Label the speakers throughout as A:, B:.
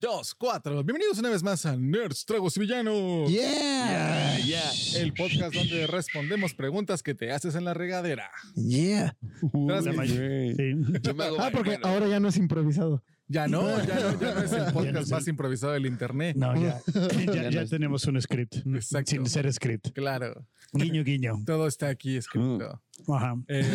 A: dos, cuatro. Bienvenidos una vez más a Nerds, Tragos y Villanos.
B: Yeah.
A: Yeah, yeah. El podcast donde respondemos preguntas que te haces en la regadera.
B: Yeah.
A: Tras-
C: La may- sí.
D: Yo me hago
B: Ah, porque
D: marihuana.
B: ahora ya no es improvisado.
A: ya no, ya no, ya no es el
C: Ya no
A: podcast
C: es el-
A: más improvisado del internet.
C: No, ya, ya,
D: no
C: ya
D: es-
C: tenemos un script.
A: Exacto.
C: Sin ser script.
A: Claro,
C: Guiño, guiño.
A: todo está aquí escrito.
C: Ajá.
A: Eh,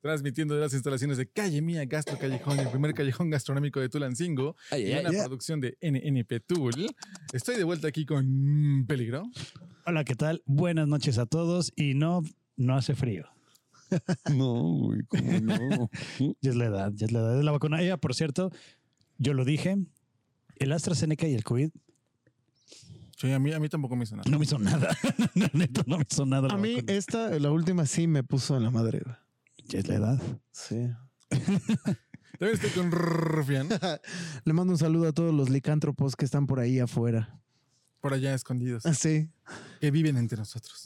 A: transmitiendo de las instalaciones de Calle Mía Gastro Callejón, el primer callejón gastronómico de Tulancingo,
D: Ay,
A: y
D: ay,
A: una
D: ay.
A: producción de NNP Tool. Estoy de vuelta aquí con mm, Peligro.
C: Hola, ¿qué tal? Buenas noches a todos. Y no, no hace frío.
E: No, güey, cómo no.
C: Ya es la edad, ya es la edad de la vacuna. Ella, por cierto, yo lo dije, el AstraZeneca y el COVID
A: Sí, a mí, a mí tampoco me hizo nada.
C: no me hizo nada. No, neta, no me hizo nada. la
B: A mí eh,
C: vacuna.
B: esta, la última sí me puso en la madre. güey.
C: Ya es la edad.
B: Sí.
A: También estoy con Rufián,
B: Le mando un saludo a todos los licántropos que están por ahí afuera.
A: por allá escondidos,
B: Ah, Sí.
A: que viven entre nosotros.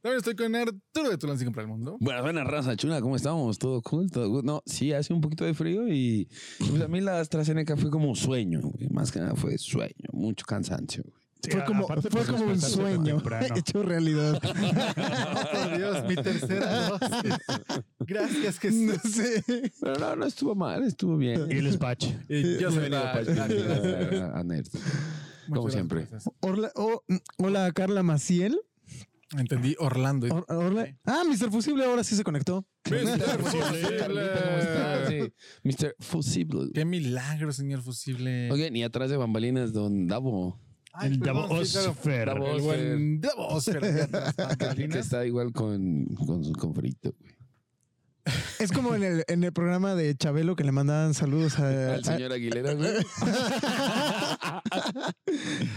A: También estoy con Arturo de Tulancingo para el Mundo.
D: Buenas, buenas, raza chula, ¿cómo estamos? ¿Todo cool? ¿Todo good? No, sí, hace un poquito de frío y pues a mí la AstraZeneca fue como sueño, güey. Más que nada fue sueño, mucho cansancio, güey.
C: Sí,
B: fue como,
C: aparte,
B: fue
C: pues,
B: como un
C: despertarse tan
B: sueño
C: temprano.
B: hecho realidad.
A: Por Oh, Dios, mi tercera dosis. Gracias,
B: no
A: Jesús.
B: sé.
D: Pero no, no estuvo mal, estuvo bien. pues,
C: Y el spatch.
A: Y yo soy la- la- la-
D: A, a Nerd. Como
A: Muchas
D: siempre.
A: gracias.
B: Orla- oh, mm, hola, Carla Maciel.
A: Entendí, Orlando.
B: Or- Orla- Ah, Mr. Fusible ahora sí se conectó.
A: Mr.
D: Carlita, ¿cómo estás?
A: Fusible.
D: Sí. Mr. Fusible.
A: Qué milagro, señor Fusible.
D: Oigan, y atrás de bambalinas, don Davo.
A: Ay,
C: el
A: perdón, sí, claro.
C: Davosfer.
D: Davos-
A: El buen Davos.
D: Que
A: Carlina.
D: está igual con, con su confrito, güey.
B: Es como en el, en el programa de Chabelo que le mandaban saludos a,
D: Al señor Aguilera, güey.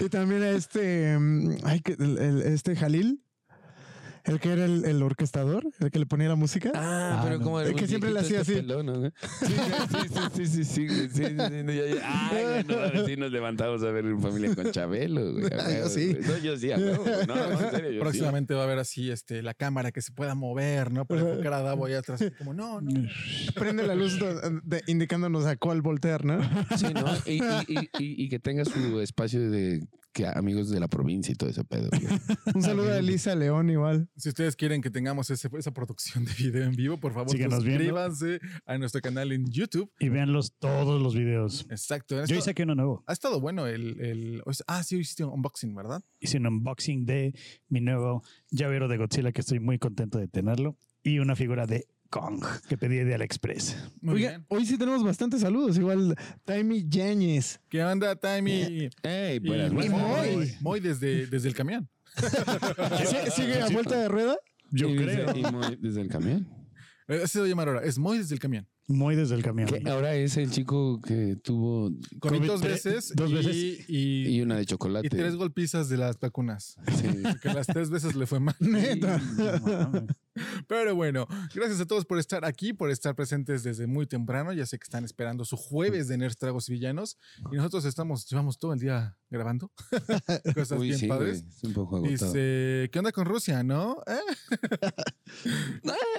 B: Y también a este, mm, ay, que- el- el- este Jalil, el que era el, el orquestador, el que le ponía la música.
D: Ah, pero como este
B: Es que siempre le hacía así.
D: Sí, sí, sí, sí, sí, sí, sí, sí, sí, sí, no, ya, ya. Ay, güey, no mames, sí nos levantamos a ver en familia con Chabelo, güey. a
B: Yo
D: huevo,
B: sí.
D: güey. No, yo sí, a huevo, güey. no, no, en serio, yo sí.
A: Próximamente va a haber así este, la cámara que se pueda mover, ¿no? Para enfocar a Davo allá atrás. Como, no, no.
B: Prende la luz do- de- indicándonos a cuál voltear, ¿no?
D: Sí, ¿no? Y, y, y, y, y que tenga su espacio de que amigos de la provincia y todo ese pedo. güey.
B: Un saludo a Elisa León igual.
A: Si ustedes quieren que tengamos ese- esa producción de video en vivo, por favor,
C: Síguenos viendo.
A: suscríbanse a nuestro canal en YouTube.
C: Y véanlos todos los videos.
A: Exacto. Ha
C: Yo
A: estado,
C: hice aquí uno nuevo.
A: ha estado bueno el, el- hoy- Ah, sí, hoy hiciste un unboxing, ¿verdad?
C: Hice un unboxing de mi nuevo llavero de Godzilla, que estoy muy contento de tenerlo. Y una figura de Kong que pedí de AliExpress.
A: Muy
B: Oiga,
A: bien.
B: hoy sí tenemos bastantes saludos, igual Taimi Yáñez.
A: ¿Qué onda, Timmy?
D: Ey, pues,
A: Y-
D: buenas,
A: y
D: buenas.
A: Moy. Moy desde, desde el camión.
B: ¿Sí- ¿Sigue a vuelta de rueda?
C: Yo
D: Y desde-
C: creo.
D: y muy- desde el camión.
A: Eh, Así se va a llamar ahora. Es Moy desde el camión.
C: Muy desde el camión.
D: Que ahora es el chico que tuvo
A: COVID
C: COVID
A: dos
C: tres-
A: veces.
C: dos
A: y-
C: veces.
A: y-
D: y una de
A: Y
D: chocolate.
A: tres golpizas de las vacunas.
D: Sí.
A: Que las tres veces le fue mal.
B: Neta.
A: Pero bueno, gracias a todos por estar aquí, por estar presentes desde muy temprano. Ya sé que están esperando su jueves de Nerds, Tragos y Villanos. Y nosotros estamos, llevamos todo el día grabando. Cosas
D: Uy,
A: bien
D: sí, güey,
A: padres.
D: es un poco agotado.
A: Dice, ¿qué onda con Rusia, no? ¿Eh?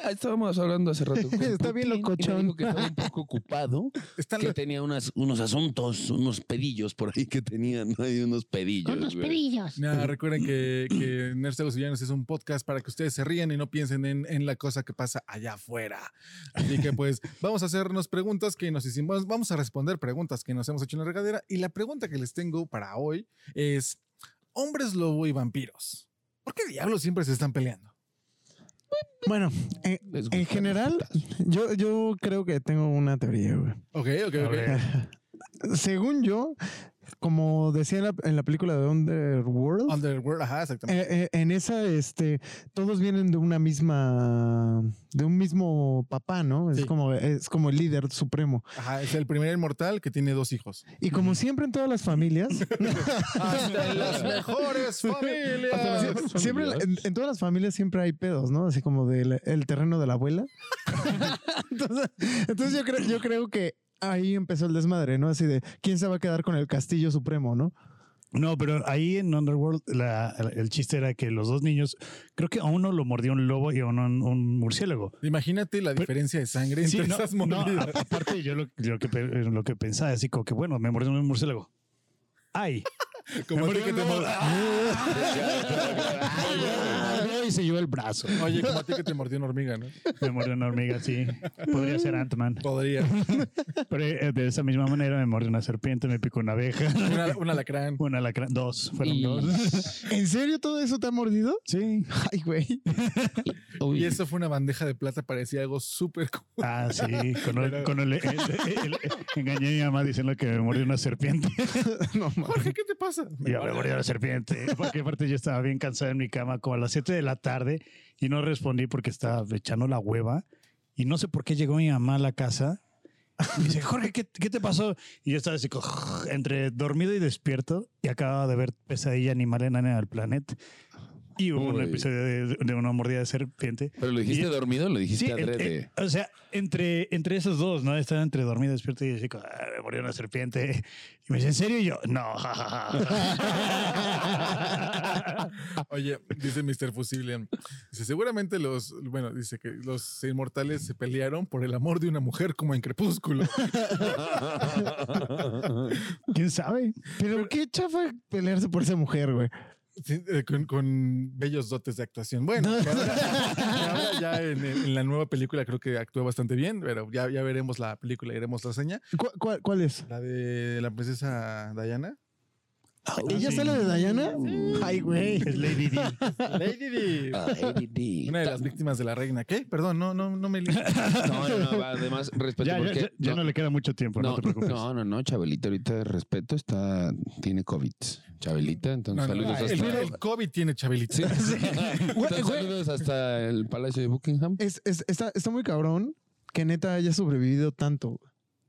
D: Ah, estábamos hablando hace rato. con
B: Está
D: Putin
B: bien locochón.
D: y me dijo que estaba un poco ocupado,
A: Están
D: que tenía unas, unos asuntos, unos pedillos por ahí que tenían, ¿no? Hay unos pedillos.
F: Unos
D: güey.
F: pedillos.
A: Nada, recuerden que, que Nerds Tragos y Villanos es un podcast para que ustedes se rían y no piensen en, en la cosa que pasa allá afuera. Así que pues vamos a hacernos preguntas que nos hicimos, vamos a responder preguntas que nos hemos hecho en la regadera. Y la pregunta que les tengo para hoy es, hombres lobo y vampiros, ¿por qué diablos siempre se están peleando?
B: Bueno, en,
D: Les
B: en
D: gustan
B: general,
D: los putazos.
B: yo, yo creo que tengo una teoría, güey.
A: Ok, ok,
C: A
A: ok.
C: ver.
B: Según yo, como decía en la, en la película de Underworld,
A: Underworld, ajá, exactamente.
B: Eh, eh, en esa, este, todos vienen de una misma, de un mismo papá, ¿no?
A: Sí.
B: Es como, es como el líder supremo.
C: Eh.
A: Ajá, es el primer inmortal que tiene dos hijos.
B: Y como siempre en todas las familias,
A: Hasta en las mejores familias.
B: siempre- siempre en, en todas las familias siempre hay pedos, ¿no? Así como del el terreno de la abuela. entonces, entonces yo creo, yo creo que ahí empezó el desmadre, ¿no? Así de quién se va a quedar con el castillo supremo, ¿no?
C: No, pero ahí en Underworld la- el chiste era que los dos niños, creo que a uno lo mordió un lobo y a uno un- un murciélago.
A: Imagínate la
C: Pero-
A: diferencia de sangre entre
C: Sí, no,
A: esas
C: no,
A: mordidas.
C: a- aparte yo lo, yo lo que, pe- lo que pensaba, así como que bueno, me mordió un murciélago. Ay,
A: Como
C: me
A: a ti
C: mordió
A: que
C: un
A: te
C: lobo.
A: mor-
C: y se llevó el brazo.
A: Oye, como a ti que te mordió una hormiga, ¿no?
C: Me mordió una hormiga, sí. Podría ser Ant-Man.
A: Podría.
C: Pero eh, de esa misma manera me mordió una serpiente, me picó una abeja,
A: Una- Un alacrán.
C: una alacrán, dos, fueron
D: Y-
C: dos.
B: ¿En serio todo eso te ha mordido?
C: Sí.
B: Ay, güey.
D: Uy,
A: Y eso fue una bandeja de plata, parecía algo súper cool.
C: Ah, sí. Con el, con el- el- el- el- engañé a mi mamá diciendo que me mordió una serpiente.
B: No mames.
A: Jorge, ¿qué te pasa?
C: Y yo me mordió la serpiente. Porque aparte yo estaba bien cansado en mi cama como a las 7 de la tarde y no respondí porque estaba echando la hueva. Y no sé por qué llegó mi mamá a la casa. Y me dice, Jorge, ¿qué, qué te pasó? Y yo estaba así, co- entre dormido y despierto. Y acababa de ver Pesadilla Animal en el Planet. Y hubo un
D: Uy.
C: episodio de, de una mordida de serpiente.
D: Pero lo dijiste
C: y-
D: dormido, lo dijiste
C: Sí, eh, en-
D: adrede.
C: en- o sea, entre, entre esos dos, ¿no? Estaba entre dormido, despierto y decía, "Ah, me murió una serpiente. Y me dice, ¿en serio? Y yo, no. ja, ja, ja".
A: Oye, dice Mr. Fusiblian. Dice, seguramente los, bueno, dice que los inmortales se pelearon por el amor de una mujer como en Crepúsculo.
C: ¿Quién sabe?
B: Pero qué chafa pelearse por esa mujer, güey.
A: Sí, eh, con, con bellos dotes de actuación. Bueno, que ahora, que ahora ya en, en la nueva película creo que actúa bastante bien, pero ya, ya veremos la película y haremos la seña.
B: ¿Cuál, cuál, cuál
C: Ah,
B: es?
A: La de la princesa Diana.
D: Ah,
B: ¿Ella
C: sí.
B: sale de Diana? Ay, güey.
C: Es Lady D.
A: Lady Di.
D: Ah,
A: Una de las víctimas de la reina. ¿Qué? Perdón, no, no, no me li-
D: No, no, no, además,
B: Pues,
D: respeto
C: Ya, ya,
D: porque...
C: ya- ya no. le queda mucho tiempo, no, te preocupes.
D: No, no, no, Chabelita, ahorita de respeto está, tiene COVID. Chabelita,
A: No,
D: entonces
A: no,
D: saludos
A: el,
D: hasta.
A: el COVID tiene Chabelita.
D: Sí, sí. Entonces,
B: Güey, güey.
D: saludos hasta el Palacio de Buckingham.
B: Es, es- está, está muy cabrón que neta haya sobrevivido tanto.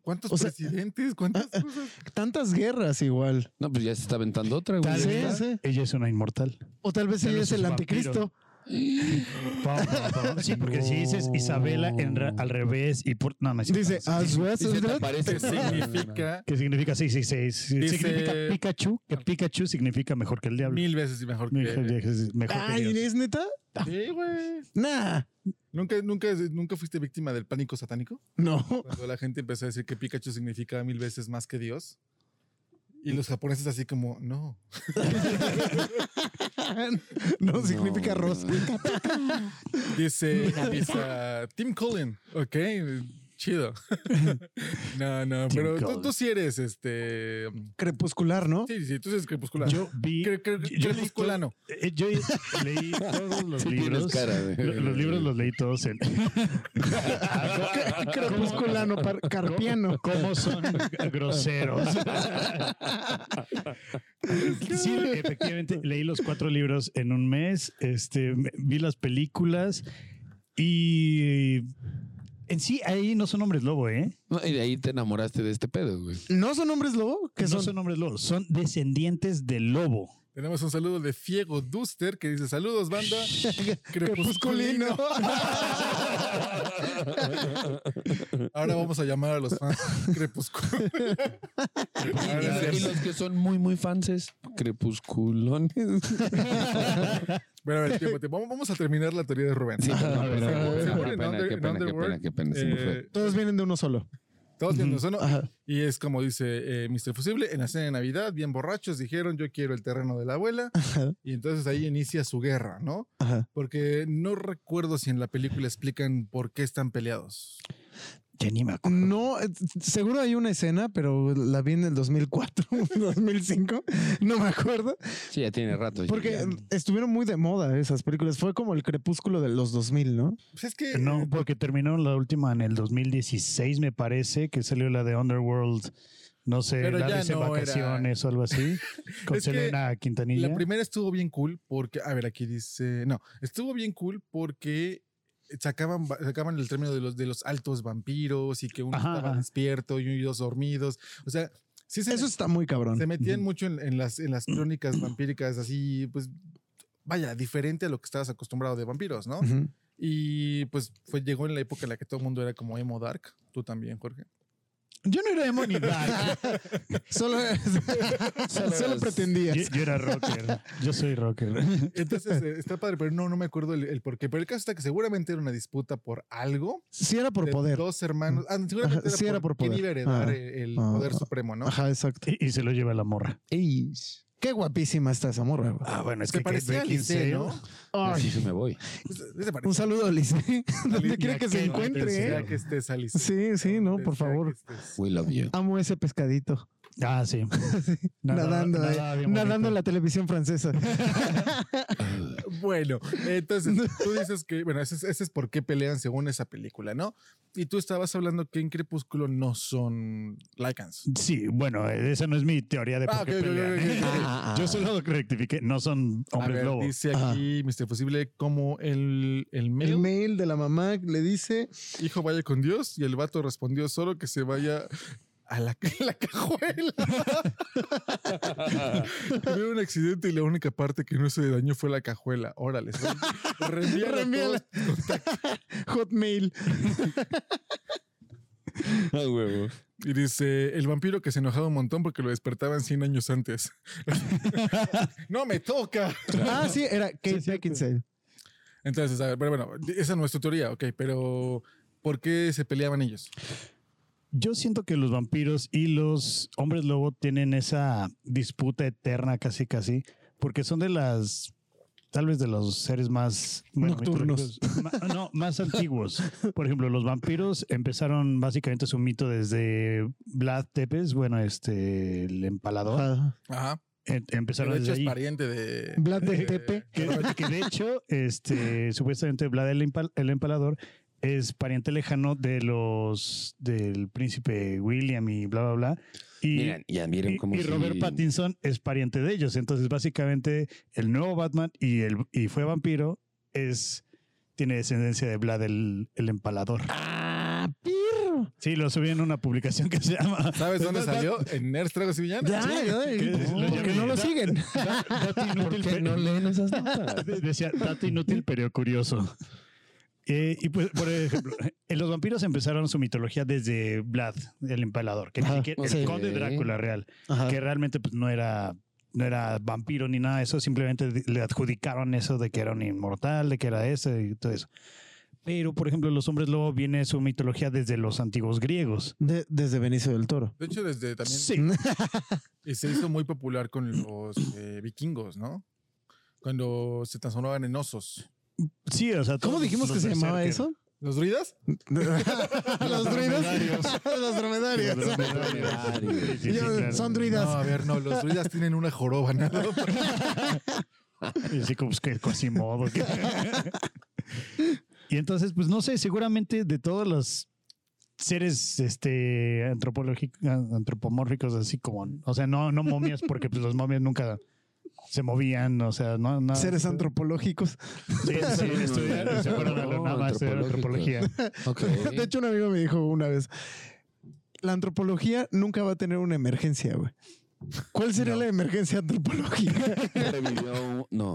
A: ¿Cuántos
B: O sea-
A: presidentes? ¿Cuántas cosas?
B: Tantas guerras igual.
D: No, pues ya se está aventando otra, güey.
C: Tal
B: Sí,
C: vez
B: sí.
C: ella es una inmortal.
B: O tal vez
C: Tal
B: ella
C: vez
B: es
C: es
B: el
C: un
B: anticristo.
C: Pa, pa, pa. Sí, porque si dices Isabela en ra- al revés y por... No, no es cierto.
B: Dice, "Ah, "A su vez,
D: Y se te
B: ¿verdad?
A: ¿Qué
D: aparece.
A: significa?
C: ¿Qué significa 666?
A: Dice-
C: Significa Pikachu, que Pikachu significa mejor que el diablo.
A: Mil veces y mejor
C: Mejor,
A: que.
C: mejor que
B: Ay,
C: Dios.
B: ¿es neta?
A: Sí, güey.
B: Nah.
A: ¿Nunca, nunca, ¿Nunca fuiste víctima del pánico satánico?
B: No.
A: Cuando la gente empezó a decir que Pikachu significa mil veces más que Dios. Y los japoneses así como, no.
B: No significa arroz.
A: Dice, dice ah, Tim Cullen. Ok, chido. no, no,
C: Tim
A: pero tú,
C: Cullen.
A: tú sí eres este...
B: Crepuscular, ¿no?
A: Sí, sí, tú eres crepuscular.
C: Yo vi.
A: Cre- cre-
C: yo leí
A: crepusculano.
C: todo- eh, yo leí todos los
D: Sí tienes
C: libros.
D: cara de-
C: Lo- los libros los leí todos en.
B: Cre- Crepusculano, par- carpiano.
C: ¿Cómo son groseros? Sí, efectivamente, leí los cuatro libros en un mes, este, me- vi las películas y en sí ahí no son hombres lobo, ¿eh?
D: No, y de ahí te enamoraste de este pedo, güey.
B: ¿No son hombres lobo? ¿Qué
C: no
B: son?
C: son hombres lobo, son descendientes del lobo.
A: Tenemos un saludo de Fiego Duster que dice, saludos, banda.
B: Crepusculino.
A: Ahora vamos a llamar a los fans crepuscular. Ahora
D: Y
A: sí.
D: los que son muy, muy fanses, crepusculones.
A: Bueno, a ver, tiempo, tiempo. Vamos- Vamos a terminar la teoría de Rubén. Eh,
D: Sí, perdón,
A: Ajá,
D: perdón,
A: sí,
D: perdón,
A: sí,
D: qué
A: en
D: pena,
A: Under-
D: qué
A: en
D: pena, qué
A: Underworld,
D: pena, qué pena, se me
A: eh,
B: Todos vienen de uno solo.
A: Todos tienen uno.
B: Ajá.
A: Y es como dice eh, Mr. Fusible, en la cena de Navidad, bien borrachos, dijeron yo quiero el terreno de la abuela.
B: Ajá.
A: Y entonces ahí inicia su guerra, ¿no?
B: Ajá.
A: Porque no recuerdo si en la película explican por qué están peleados.
C: Ya ni me acuerdo.
B: No, eh, seguro hay una escena, pero la vi en el 2004, 2005, no me acuerdo,
D: Sí, ya tiene rato. ya.
B: porque estuvieron muy de moda esas películas, fue como el crepúsculo de los 2000, ¿no?
A: Pues es que...
C: No, porque terminó la última en el 2016, me parece, que salió la de Underworld. No sé,
A: Pero
C: la
A: ya
C: de ese
A: no era-
C: vacaciones o algo así. Con
A: Es que
C: Selena Quintanilla.
A: La primera estuvo bien cool porque, a ver, aquí dice, no, estuvo bien cool porque sacaban, va- sacaban el término de los, de los altos vampiros y que uno
C: Ajá,
A: estaba
C: ajá.
A: despierto y dos dormidos. O sea, sí se,
B: Eso está muy cabrón.
A: se metían mucho en, en las, en las crónicas vampíricas, así, pues, vaya, diferente a lo que estabas acostumbrado de vampiros, ¿no?
B: Ujú.
A: Y pues fue, llegó en la época en la que todo el mundo era como emo dark, tú también, Jorge.
B: Yo no era emo ni dark. solo, solo,
D: Solo-
B: pretendías.
C: Yo, yo era rocker. Yo soy rocker.
A: Entonces eh, está padre, pero no, no me acuerdo el, el por qué. Pero el caso está que seguramente era una disputa por algo.
B: Sí era por
A: de
B: poder.
A: Dos hermanos. Ah, seguramente
B: Ajá, sí,
A: era,
B: era
A: por
B: por
A: quién
B: poder.
A: iba a heredar
B: Ah,
A: el, el
B: ah,
A: poder
B: ah.
A: supremo, ¿no?
B: Ajá, exacto.
C: Y, y se lo lleva la morra.
B: Qué guapísima está esa morra. güey.
C: Ah, bueno, es
A: Se
C: que
A: parecía a Lisset, ¿no? Pues,
D: Así se me voy.
A: Se parecía.
B: Un saludo, Lice. Donde quiera que se
A: Donde
B: encuentre,
A: sea
B: ¿eh?
A: que estés, Alice.
B: Sí, sí, no,
A: Donde
B: por
A: sea que este
B: favor.
A: estés.
D: We love you.
B: Amo ese pescadito.
C: Ah, sí.
B: nadando, eh. nadando en la televisión francesa.
A: Bueno, entonces tú dices que, bueno, ese es, ese es por qué pelean según esa película, ¿no? Y tú estabas hablando que en Crepúsculo no son lycans.
C: Sí, bueno, eh, esa no es mi teoría de por
A: Ah,
C: qué
A: ok, ok,
C: pelean.
A: ok,
C: ¿eh?
A: ok, ok.
B: Ah, ah,
C: Yo solo rectifiqué, no son
A: A
C: hombres
A: ver,
C: lobos.
A: dice
B: Ajá.
A: aquí Mr. Posible como el, el mail,
B: El mail de la mamá le dice,
A: hijo vaya con Dios, y el vato respondió solo que se vaya a la, ca- la cajuela. Tuve un accidente y la única parte que no se dañó fue la cajuela. Órale, re- reenvíala a
B: Reenvíala.
A: todos.
B: hotmail.
D: Ah, huevo.
A: Y dice, el vampiro que se enojaba un montón porque lo despertaban 100 años antes. no me toca.
B: Ah, sí, era Kate Beckinsale.
A: Entonces, a ver, pero bueno, esa no es tu teoría, ok, pero ¿por qué se peleaban ellos?
C: Yo siento que los vampiros y los hombres lobo tienen esa disputa eterna casi casi, porque son de las, tal vez de los seres más bueno,
B: Nocturnos.
C: mitológicos, ma- no, más antiguos. Por ejemplo, los vampiros empezaron básicamente su mito desde Vlad Tepes, bueno, este, el empalador.
B: Ajá.
A: Ajá.
C: em-
A: Pero
C: Empezaron
A: de hecho
C: desde
A: es
C: ahí.
A: pariente de...
B: Vlad de
A: de-
B: Tepe.
C: Que, que de hecho, este, supuestamente Vlad el, Empal- el empalador es pariente lejano de los del príncipe William y bla bla bla. Y,
D: Miren, ya miren
C: y-
D: cómo
C: y
D: sí-
C: Robert Pattinson es pariente de ellos. Entonces, básicamente, el nuevo Batman y el y fue vampiro es tiene descendencia de Vlad el, el empalador.
B: Ah, pirro.
C: Sí, lo subí en una publicación que se llama
A: ¿Sabes dónde salió? En Nerds, Tragos y Villanos.
B: Pues Ya, ay,
C: que-
B: no, ¿Por qué no lo
C: ya-
B: siguen?
C: Dato inútil,
D: ¿Por qué
C: pe-
D: no leen esas
B: Ah,
D: notas?
C: De- Decía, dato inútil pero curioso. Eh, y pues, por ejemplo, eh, los vampiros empezaron su mitología desde Vlad, el empalador, que ni
B: Ajá,
C: siquiera-
D: sí.
C: el conde Drácula real,
B: Ajá.
C: que realmente pues, no era no era vampiro ni nada de eso, simplemente de- le adjudicaron eso de que era un inmortal, de que era ese y todo eso. Pero, por ejemplo, los hombres lobo viene su mitología desde los antiguos griegos.
B: De- desde Benicio del Toro.
A: De hecho, desde también...
C: Sí.
A: Y se hizo muy popular con los eh, vikingos, ¿no? Cuando se transformaban en osos.
C: Sí, o sea,
B: ¿Cómo
C: todos
B: dijimos
C: los
B: que se llamaba
C: berserker.
B: eso?
A: ¿Los druidas?
B: Los druidas. Los dromedarios.
C: Los dromedarios. Sí, sí,
B: Yo-
C: claro.
B: Son
A: No,
B: druidas.
A: a ver, no, los druidas tienen una joroba, ¿no?
C: Y así como pues, que Quasimodo, que- y entonces, pues no sé, seguramente de todos los seres este antropológicos, antropomórficos, así como, o sea, no, no momias, porque pues los momias nunca se movían, o sea, no, no
B: Seres antropológicos.
C: Sí, sí, estudiaron, se fueron a la
D: No,
C: UNAM a estudiar antropología.
D: antropológicos. Ok.
B: De hecho, un amigo me dijo una vez: La antropología nunca va a tener una emergencia, güey. ¿Cuál sería la emergencia antropológica?
D: Revivió- No.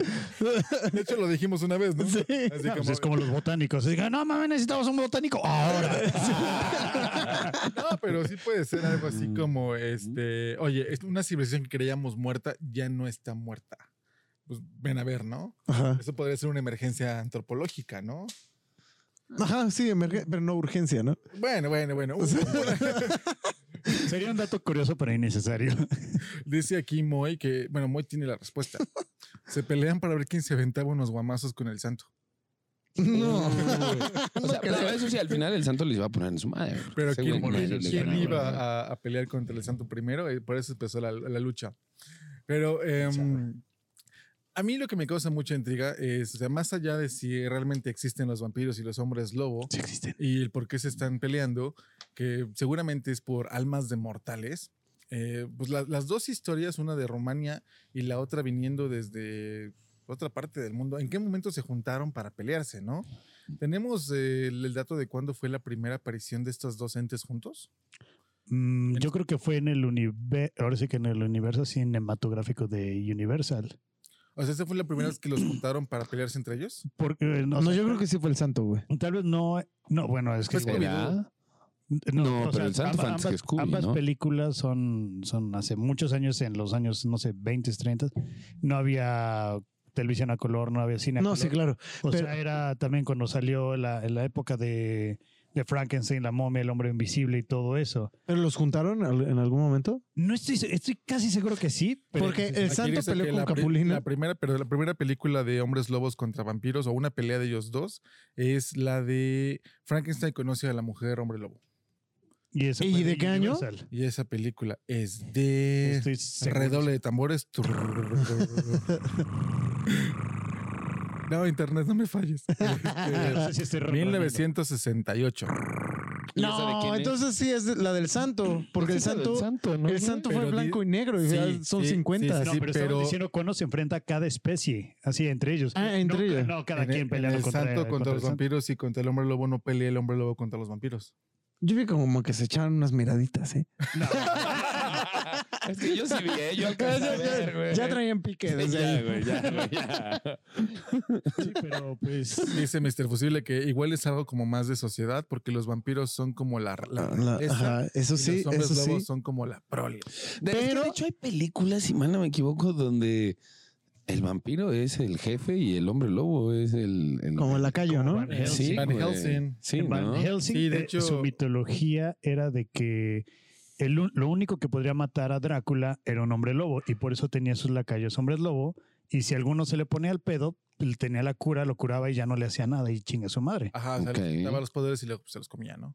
A: De hecho, lo dijimos una vez, ¿no?
B: Sí.
A: Así
C: No, pues,
A: como-
C: es como los botánicos. Digan, no mames, necesitamos un botánico ahora.
A: No, pero sí puede ser algo
C: Mm.
A: así como este, oye, es una civilización que creíamos muerta ya no está muerta. Pues ven a ver, ¿no?
B: Ajá.
A: Eso podría ser una emergencia antropológica, ¿no?
B: Ajá, sí, emergen- pero no urgencia, ¿no?
A: Bueno, bueno, bueno.
C: Sería un dato curioso, pero innecesario.
A: Dice aquí Moy que, bueno, Moy tiene la respuesta. Se pelean para ver quién se aventaba unos guamazos con el santo.
B: No.
D: O sea, pero eso sí, al final el santo les iba a poner en su madre.
A: Pero quién,
D: Seguramente
A: quién-
D: les
A: quién
D: iban a
A: iba
D: poner.
A: a, a pelear contra el santo primero, y por eso empezó la, la lucha. Pero em, a mí lo que me causa mucha intriga es, o sea, más allá de si realmente existen los vampiros y los hombres lobo
C: Sí existen.
A: y el por qué se están peleando, que seguramente es por almas de mortales. eh, pues la- las dos historias, una de Rumania y la otra viniendo desde otra parte del mundo, ¿en qué momento se juntaron para pelearse, no? ¿Tenemos eh, el el dato de cuándo fue la primera aparición de estos dos entes juntos?
C: Mm, yo creo que fue en el universo, ahora sí que en el universo cinematográfico de Universal.
A: O sea, ¿esa fue la primera vez que los juntaron para pelearse entre ellos?
C: Porque, eh, no,
B: No,
C: sé,
B: yo creo que sí fue el santo, güey.
C: tal vez no, no, bueno, es que
A: Pues,
C: igual-
A: ¿será?
C: No,
D: No,
C: o
D: pero
C: sea,
D: el santo
C: amba-
D: antes que
C: ambas,
D: Scooby,
C: ambas
D: ¿no?
C: películas son, son hace muchos años, en los años, no sé, 20, 30, no había televisión a color, no había cine a
B: No,
C: color.
B: sí, claro.
C: O
B: pero-
C: sea, era también cuando salió la, en la época de, de Frankenstein, la momia, el hombre invisible y todo eso.
B: ¿Pero los juntaron al- en algún momento?
C: No estoy, se- estoy casi seguro que sí, pero
B: Porque
C: sí,
B: el
C: sí,
A: Aquí
B: santo
A: dice
B: Eh, peleó
A: que
B: con
A: la pri-
B: Capulina.
A: La primera, pero la primera película de hombres lobos contra vampiros o una pelea de ellos dos es la de Frankenstein conoce a la mujer hombre lobo.
C: y, eso
B: ¿Y
C: fue
B: de qué año?
C: Universal.
A: Y esa película es de
C: Estoy seguro.
A: redoble de tambores. No, internet, no me falles.
B: Ah.
C: No
A: Este,
C: sé si estoy recordando.
A: 1968.
D: ¿Y esa de quién
B: No,
D: es?
B: entonces sí es la del santo. Porque
A: Pues
B: el
D: Esa del
B: santo,
D: santo, ¿no?
B: el santo fue
A: Pero
B: blanco
A: di-
B: y negro y
A: Sí,
B: ya son
A: sí,
B: 50.
A: sí,
C: No,
A: sí,
C: pero, estaban
A: pero-
C: diciendo cuándo se enfrenta cada especie, así entre ellos.
B: Ah, entre
C: no,
B: ellos.
C: No, cada
A: En el-
C: quien
A: en
C: peleando
A: el
C: contra,
A: santo contra,
C: contra
A: los
C: el santo.
A: vampiros y contra el hombre lobo no pelea el hombre lobo contra los vampiros.
B: Yo vi como que se echaron unas miraditas, ¿eh?
D: es que yo sí vi, ¿eh? yo alcancé a ver, güey.
B: Ya traían pique.
D: Sí,
B: desde
D: Ya,
B: ahí.
D: güey, ya, güey, ya.
C: Sí, pero pues
A: Dice Mr. Fusible que igual es algo como más de sociedad porque los vampiros son como la, la
B: La-
A: realeza
B: ajá, eso
A: y
B: sí,
A: los hombres
B: eso sí.
A: lobos son como la prole.
D: De, es que
B: Pero-
D: de hecho hay películas, si mal no me equivoco, donde el vampiro es el jefe y el hombre lobo es el... el-
B: Como la calle,
C: Como
B: ¿no?
C: Van Helsing.
D: Sí,
A: Van
D: güey.
A: Helsing.
D: Sí,
C: Van
D: ¿no?
C: Helsing,
A: Sí, de
C: eh,
A: hecho-
C: su mitología era de que el un- lo único que podría matar a Drácula era un hombre lobo y por eso tenía sus lacayos hombres lobo y si alguno se le ponía al pedo, él tenía la cura, lo curaba y ya no le hacía nada y chinga a su madre,
A: Ajá, o sea,
D: Ok.
A: les quitaba los poderes y luego pues, se los comía, ¿no?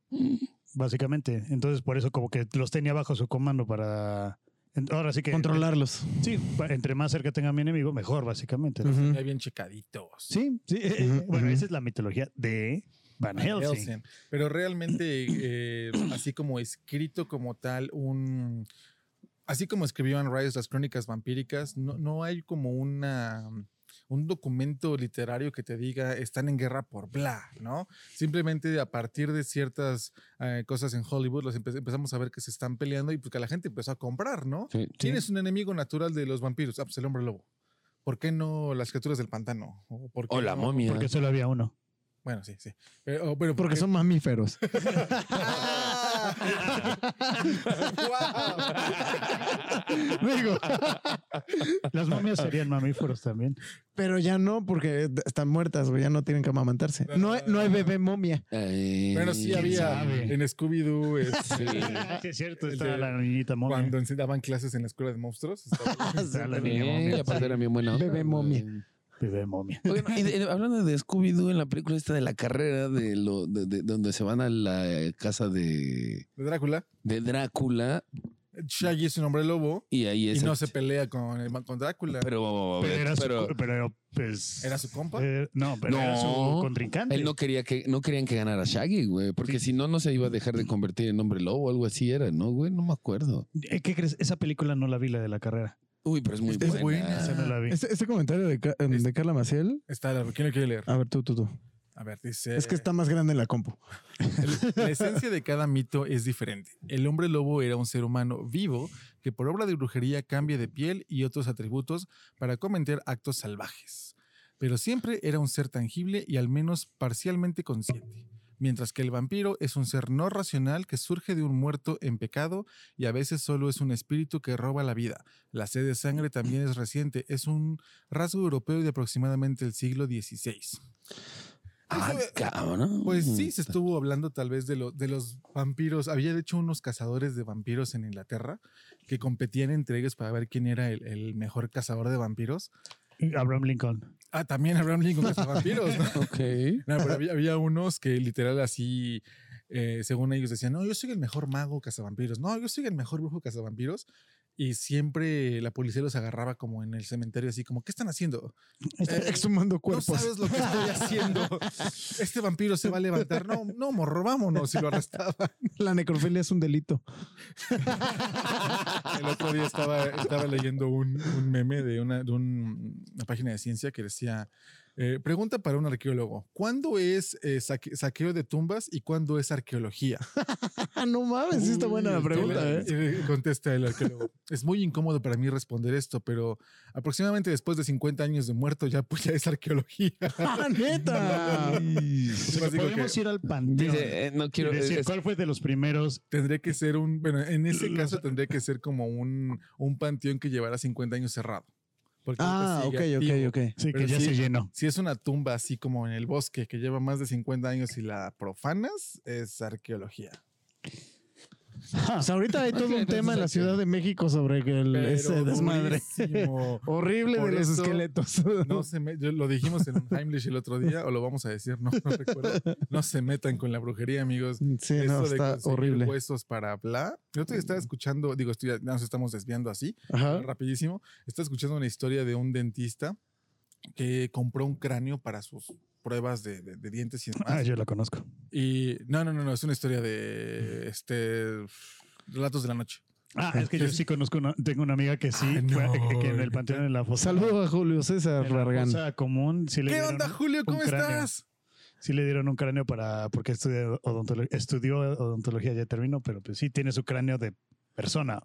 C: básicamente. Entonces por eso como que los tenía bajo su comando para... en- Ahora sí que...
B: Controlarlos.
C: Sí, pa- entre más cerca tenga a mi enemigo, mejor básicamente. ¿no?
B: Ujú.
A: Ya bien checaditos.
C: Sí, sí. eh, eh,
B: Ujú,
C: bueno,
B: ujú.
C: esa es la mitología de Van
A: Van
C: Helsing.
A: Helsing. Pero realmente, eh, así como escrito como tal, un. Así como escribió Anne Rice las crónicas vampíricas, no, no hay como una. Un documento literario que te diga están en guerra por bla, ¿no? Simplemente a partir de ciertas eh, cosas en Hollywood las empe- empezamos a ver que se están peleando y pues que la gente empezó a comprar, ¿no?
D: Sí, sí.
A: ¿Quién es un enemigo natural de los vampiros? Ah, pues el hombre lobo. ¿Por qué no las criaturas del pantano? ¿O, por qué
D: O la
A: no-
D: momia.
C: Porque solo había uno.
A: Bueno, sí, sí. Pero, o- pero ¿por
B: Porque
A: qué-
B: son mamíferos. Digo,
C: Las momias serían mamíferos también.
B: pero ya no, porque están muertas, güey. Ya no tienen que amamantarse. No hay, no hay bebé momia.
D: Eh,
A: Bueno, sí
D: ¿quién
A: había
D: sabe?
A: en Scooby-Doo este,
D: Sí.
C: Ah, sí, es cierto.
A: El
C: Estaba
A: de-
C: la niñita momia.
A: cuando ens- daban clases en la escuela de monstruos. estaba-
C: Estaba la niña
D: Eh, y
C: momia.
D: aparte era bien buena onda,
B: Bebé momia.
D: güey.
C: Bebé momia.
D: Oye, no, y de- de- hablando de Scooby-Doo en la película esta de la carrera, de lo de- de- donde se van a la eh, casa de,
A: de Drácula.
D: de Drácula
A: Shaggy es un hombre lobo
D: y ahí
A: y
D: es...
A: no se pelea con, el- con Drácula.
D: Pero,
C: Pero era su,
D: pero
C: pero, pues,
A: ¿Era su compa?
C: eh, no, pero era su
D: No,
C: contrincante.
D: él no quería que no querían que ganara Shaggy, güey, porque si no no se iba a dejar de convertir en hombre lobo o algo así era, ¿no, güey? No me acuerdo.
C: Eh, ¿Qué crees? Esa película no la vi, la de la carrera.
D: Uy, pero es muy
A: Esta es
D: buena.
A: buena.
C: Esa no la vi.
B: Ese, ese comentario de, Ca- de Carla Maciel.
A: Está largo. ¿Quién lo quiere leer?
B: A ver, tú, tú, tú.
A: A ver, dice.
B: Es que está más grande en la compu.
A: El- La esencia de cada mito es diferente. El hombre lobo era un ser humano vivo que por obra de brujería cambia de piel y otros atributos para cometer actos salvajes. Pero siempre era un ser tangible y al menos parcialmente consciente. Mientras que el vampiro es un ser no racional que surge de un muerto en pecado y a veces solo es un espíritu que roba la vida. La sed de sangre también es reciente, es un rasgo europeo de aproximadamente el siglo XVI.
D: Ah, cabrón.
A: Pues sí, se estuvo hablando tal vez de, lo- de los vampiros. Había de hecho unos cazadores de vampiros en Inglaterra que competían entre ellos para ver quién era el, el mejor cazador de vampiros.
C: Abraham Lincoln.
A: Ah, también Abraham Lincoln cazó vampiros. ¿no?
D: Ok.
A: No, pero había, había unos que literal así, eh, según ellos decían, no, yo soy el mejor mago cazavampiros. No, yo soy el mejor brujo cazavampiros. Y siempre la policía los agarraba como en el cementerio, así como, ¿qué están haciendo? Eh,
B: Exhumando cuerpos.
A: No sabes lo que estoy haciendo. Este vampiro se va a levantar. No, no, morro, vámonos. Y lo arrestaba.
B: La necrofilia es un delito.
A: El otro día estaba, estaba leyendo un, un meme de una, de un- una página de ciencia que decía Eh, pregunta para un arqueólogo. ¿Cuándo es eh, saque- saqueo de tumbas y cuándo es arqueología?
B: Ah, no mames, sí está buena la
A: Uy,
B: pregunta,
A: le-
B: ¿eh?
A: eh, Contesta el arqueólogo. es muy incómodo para mí responder esto, pero aproximadamente después de 50 años de muerto ya, pues, ya es arqueología.
B: ¡Ah, neta!
A: pues
C: O sea,
A: Más
C: que
A: digo
C: podemos
A: que
C: ir al panteón
D: Dice, eh, no
C: y
D: quiero. es-
C: decir
D: es-
C: cuál fue de los primeros.
A: Tendría que ser un, bueno, en ese caso tendría que ser como un, un panteón que llevará 50 años cerrado. Porque ahorita
B: Ah, ok,
A: sigue
B: ok,
A: activo.
B: ok.
C: Sí,
A: Pero
C: que ya
A: sí.
C: se llenó.
A: Si es una tumba así como en el bosque que lleva más de 50 años y la profanas, es arqueología.
B: O sea, ahorita hay todo un tema en la Ciudad de México sobre que el,
A: Pero
B: ese desmadre
A: durísimo.
B: horrible
A: Por
B: de los
A: eso,
B: esqueletos.
A: No se me- yo- lo dijimos en un Heimlich el otro día, o lo vamos a decir, no, no recuerdo. No se metan con la brujería, amigos.
B: sí, no,
A: Eso de
B: está
A: conseguir
B: horrible.
A: huesos para bla. Yo te estaba escuchando, digo, estoy, nos estamos desviando así,
B: Ajá.
A: rapidísimo. Estaba escuchando una historia de un dentista que compró un cráneo para sus pruebas de, de- de dientes y demás.
C: Ah, yo la conozco.
A: Y no, no, no, no, es una historia de este relatos de la noche.
C: Ah, es que yo sí conozco, una- tengo una amiga que sí,
A: Ah,
C: fue a-
A: no.
C: que en el panteón de la fosa.
B: Saludos a Julio César
C: en la
B: Largan.
C: fosa común. Sí le
A: ¿Qué
C: dieron
A: onda,
C: un-
A: Julio? ¿Cómo
C: cráneo.
A: estás?
C: Sí le dieron un cráneo para, porque estudió odontología, estudió odontología, ya terminó, pero pues sí tiene su cráneo de persona,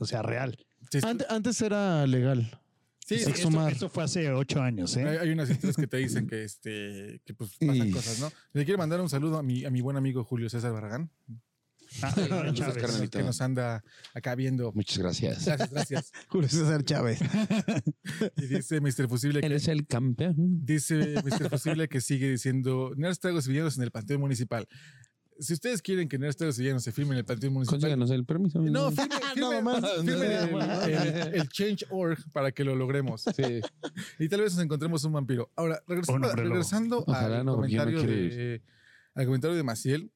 C: o sea, real.
A: Sí,
B: Ante- Antes, era legal.
A: sí,
C: Sí,
A: sí,
C: esto,
B: Exhumar.
C: esto fue hace ocho años,
A: Hay,
C: ¿eh?
A: hay unas historias que te dicen que este que pues pasan
D: Y-
A: cosas, ¿no? Le quiero mandar un saludo a mi, a mi buen amigo Julio César Barragán,
C: Ah,
D: Chávez.
A: que nos- que nos anda acá viendo.
D: Muchas gracias.
A: Gracias, gracias.
B: Julio César Chávez.
A: Y dice Mr. Fusible que,
D: Eres el campeón.
A: dice Mr. Fusible que sigue diciendo Nerds Tragos y Villanos en el Panteón Municipal. Si ustedes quieren que Nerds Tragos y Villanos se firme en el Panteón Municipal,
D: Consíganos el permiso.
A: Pues, No, firme, firme-
B: más.
A: firme el, el- el change.org para que lo logremos.
D: Sí.
A: Y tal vez nos encontremos un vampiro. Ahora,
C: Un
A: regresando,
C: hombre lobo.
A: regresando
D: Ojalá
A: al,
D: no, porque yo no
A: comentario
D: quiero
A: de, al comentario de Maciel,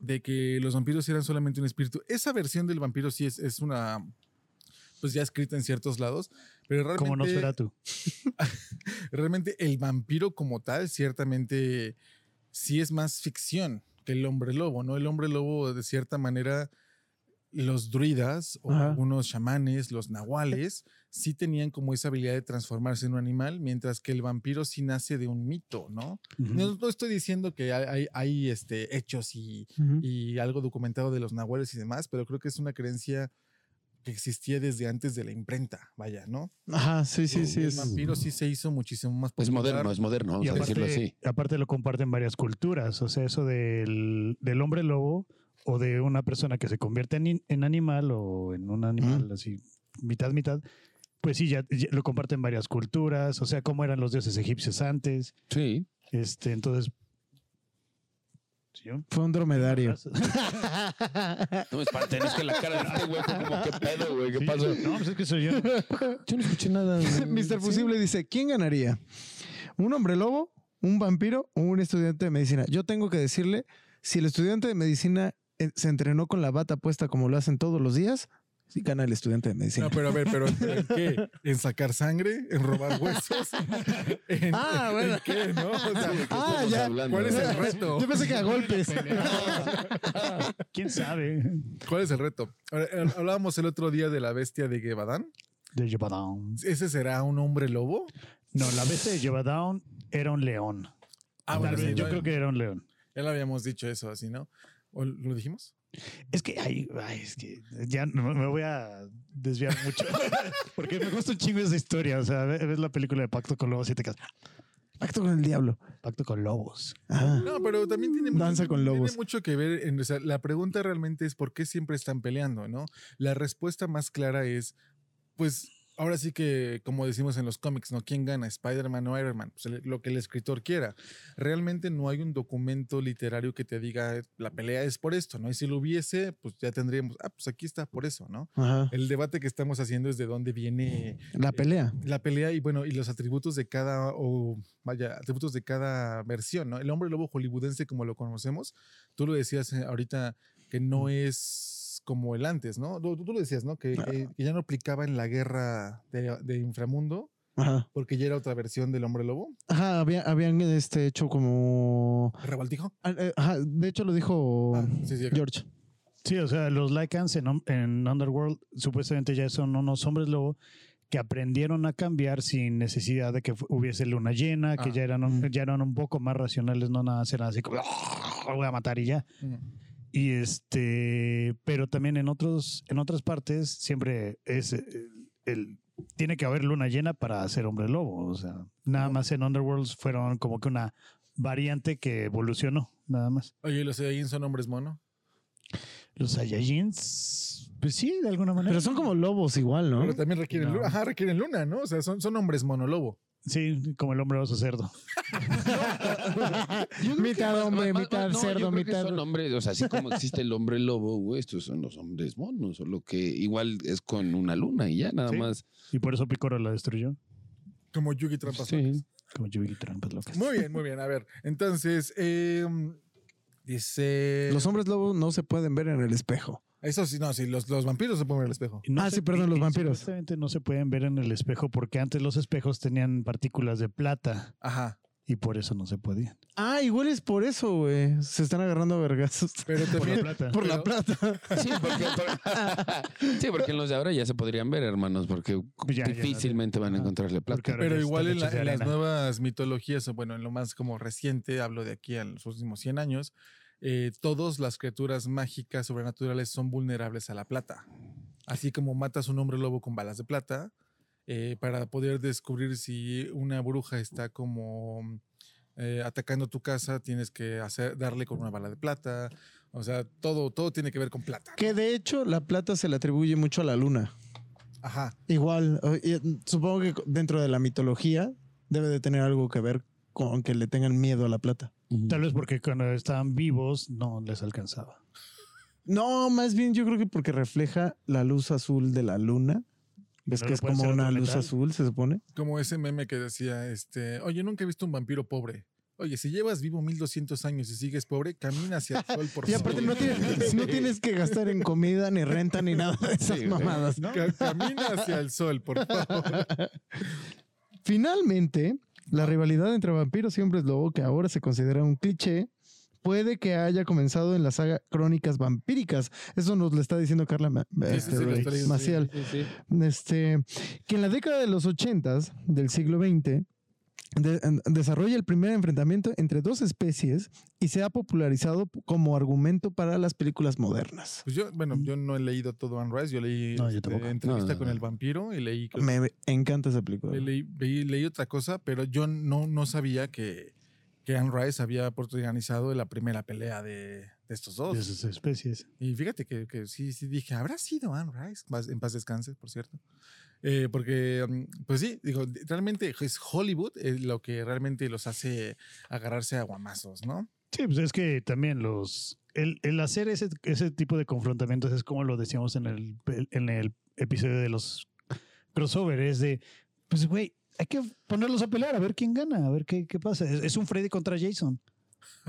A: de que los vampiros eran solamente un espíritu. Esa versión del vampiro sí es, es una... Pues ya escrita en ciertos lados, pero
C: Como
A: realmente,
C: Nosferatu.
A: realmente el vampiro como tal ciertamente sí es más ficción que el hombre lobo, ¿no? El hombre lobo de cierta manera, los druidas o
B: Ajá.
A: algunos chamanes, los nahuales, sí tenían como esa habilidad de transformarse en un animal, mientras que el vampiro sí nace de un mito, ¿no? No, no estoy diciendo que hay, hay- hay, este, hechos y, y algo documentado de los nahuales y demás, pero creo que es una creencia que existía desde antes de la imprenta, vaya, ¿no?
B: Ajá, sí, sí, sí.
A: el
B: es-
A: vampiro sí se hizo muchísimo más
D: Es
A: popular.
D: moderno, es moderno, vamos
C: Y
D: a decirlo así.
C: aparte, aparte lo comparten varias culturas, o sea, eso del, del hombre lobo o de una persona que se convierte en, in- en animal o en un animal así, mitad, mitad, pues sí, ya, ya lo comparten varias culturas, o sea, cómo eran los dioses egipcios antes,
D: Sí.
C: este, entonces... ¿Sí?
B: Fue un dromedario.
D: No me espanten, es que la cara de este güey fue como, ¿qué pedo, güey? ¿Qué
C: Sí,
D: pasó?
C: No, pues es que soy yo.
D: Yo no escuché nada.
B: Mr. Fusible dice: ¿Quién ganaría? ¿Un hombre lobo, un vampiro o un estudiante de medicina? Yo tengo que decirle: si el estudiante de medicina eh, se entrenó con la bata puesta como lo hacen todos los días, sí gana el estudiante de medicina.
A: No, pero a ver, pero ¿pero ¿en qué? ¿En sacar sangre? ¿En robar huesos? pues, ¿En,
B: Ah, bueno.
A: ¿en qué, no? O sea,
B: Ah,
D: Estamos
B: ya.
D: hablando,
A: ¿Cuál es
D: ¿verdad?
A: el reto?
B: Yo pensé que a golpes.
C: ¿Quién sabe?
A: ¿Cuál es el reto? Ahora, eh, Hablábamos el otro día de la bestia de Gebadán.
C: De Jebadown.
A: ¿Ese será un hombre lobo?
C: No, la bestia de Jebadown era un león.
A: Ah,
C: Tal
A: bueno,
C: vez,
A: sí,
C: yo
A: ya-
C: creo que era un león.
A: Ya lo habíamos dicho eso así, ¿no? ¿O ¿Lo dijimos?
C: Es que, ay, ay, es que ya no- me voy a desviar mucho. Porque me gusta un chingo esa historia. O sea, ve- ves la película de Pacto con Lobos y te quedas.
B: Pacto con el diablo.
C: Pacto con Lobos.
B: Ah.
A: No, pero también tiene, mucho-
B: Danza con
A: tiene
B: lobos.
A: mucho que ver. En, o sea, la pregunta realmente es por qué siempre están peleando, ¿no? La respuesta más clara es, pues, ahora sí que, como decimos en los cómics, ¿no? ¿Quién gana, Spider-Man o Iron Man? Pues, el- lo que el escritor quiera. Realmente no hay un documento literario que te diga "Eh, la pelea es por esto, ¿no? Y si lo hubiese, pues ya tendríamos, ah, pues aquí está, por eso, ¿no?
B: Ajá.
A: El debate que estamos haciendo es de dónde viene
B: La pelea.
A: la pelea y bueno, y los atributos de cada, o vaya, atributos de cada versión, ¿no? El hombre lobo hollywoodense como lo conocemos, tú lo decías eh, ahorita que no es como el antes, ¿no? Tú, tú lo decías, ¿no? Que, que- que ya no aplicaba en la guerra de, de inframundo
B: Ajá.
A: porque ya era otra versión del hombre lobo.
B: Ajá, había- habían este, hecho como.
A: ¿Rebaltijo?
B: Ah, eh, Ajá, de hecho lo dijo
A: Ah, sí, sí.
B: George.
C: Sí, o sea, los Lycans en, Om- en Underworld supuestamente ya son unos hombres lobo que aprendieron a cambiar sin necesidad de que fu- hubiese luna llena, que
A: Ah.
C: ya, eran un, ya eran un poco más racionales, no nada, eran así como, "Ah, voy a matar y ya. Y este, pero también en otros, en otras partes siempre es eh, el, tiene que haber luna llena para hacer hombre lobo. O sea, nada más en Underworlds fueron como que una variante que evolucionó, nada más.
A: Oye, ¿y los Saiyajin son hombres mono?
C: Los Saiyajins, pues sí, de alguna manera.
B: Pero son como lobos igual, ¿no?
A: Pero también requieren,
C: No.
A: luna, ajá, requieren luna, ¿no? O sea, son, son hombres monolobo.
C: Sí, como el hombre oso cerdo.
B: Mitad hombre, mitad cerdo, mitad...
D: Son hombres, o sea, así como existe el hombre lobo, güey, estos son los hombres monos, o lo que igual es con una luna y ya, nada
C: Sí.
D: más.
C: Y por eso Picoro la destruyó.
A: Como Yugi Trampas.
D: Sí.
C: Como Yugi Trampas Locas.
A: Muy bien, muy bien. A ver, entonces, eh, dice...
B: Los hombres lobos no se pueden ver en el espejo.
A: Eso sí, no, sí, los, los vampiros se ponen al espejo.
C: Y no
B: Ah,
C: se-
B: sí, perdón,
C: y-
B: los
C: y
B: vampiros.
C: supuestamente no se pueden ver en el espejo porque antes los espejos tenían partículas de plata
A: Ajá.
C: y por eso no se podían.
B: Ah, igual es por eso, güey. Se están agarrando a vergazos.
A: Pero
C: Por la
A: también...
C: plata.
B: Por la plata.
D: Sí, porque, sí, porque los de ahora ya se podrían ver, hermanos, porque
C: Ya, ya,
D: difícilmente van a
C: Ajá.
D: encontrarle
C: Porque
D: plata.
C: ahora
A: Pero
C: ya
A: igual
C: están
A: en, la-
C: hechos de
A: en las
C: arena.
A: nuevas mitologías, o bueno, en lo más como reciente, hablo de aquí a los últimos 100 años, eh, todas las criaturas mágicas sobrenaturales son vulnerables a la plata. Así como matas un hombre lobo con balas de plata, eh, para poder descubrir si una bruja está como eh, atacando tu casa, tienes que hacer, darle con una bala de plata. O sea, todo, todo tiene que ver con plata.
B: Que de hecho la plata se le atribuye mucho a la luna.
A: Ajá.
B: Igual, eh, y, supongo que dentro de la mitología debe de tener algo que ver con que le tengan miedo a la plata.
D: Ujú.
C: Tal vez porque cuando estaban vivos no les alcanzaba.
B: No, más bien yo creo que porque refleja la luz azul de la luna. ¿Ves
C: ¿No
B: que
C: le
B: es
C: puede
B: como
C: ser
B: una
C: otro
B: luz
C: metal?
B: azul, se supone?
A: Como ese meme que decía, este, oye, nunca he visto un vampiro pobre. Oye, si llevas vivo 1200 años y sigues pobre, camina hacia el sol, por
B: Y aparte no
A: favor.
B: tienes, no tienes que gastar en comida, ni renta, ni nada de esas
D: Sí, güey.
B: mamadas, ¿no?
A: Ca- Camina hacia el sol, por favor.
B: Finalmente, la rivalidad entre vampiros y hombres lobo, que ahora se considera un cliché, puede que haya comenzado en la saga Crónicas Vampíricas. Eso nos lo está diciendo Carla Ma-
A: sí,
B: este,
A: sí, lo está leyendo,
B: Maciel. Este, que en la década de los 80 del siglo XX de- en- desarrolla el primer enfrentamiento entre dos especies y se ha popularizado como argumento para las películas modernas.
A: Pues yo, bueno, yo no he leído todo Anne Rice, yo leí
C: No, yo
A: este,
C: tampoco.
A: entrevista
D: No, no,
A: con
D: no.
A: el vampiro y leí, creo
B: Me encanta esa
A: que
B: película.
A: leí, leí- leí otra cosa, pero yo no, no sabía que, que Anne Rice había organizado la primera pelea de, de estos dos.
C: De esas especies.
A: Y fíjate que, que sí, sí dije, ¿habrá sido Anne Rice? Paz- En paz descanse, por cierto. Eh, porque, mm, pues sí, digo, de- realmente es Hollywood eh, lo que realmente los hace agarrarse a guamazos, ¿no?
C: Sí, pues es que también los. El, el hacer ese, ese tipo de confrontamientos es como lo decíamos en el, en el episodio de los crossover, es de, pues güey, hay que ponerlos a pelear, a ver quién gana, a ver qué, qué pasa. Es, es un Freddy contra Jason.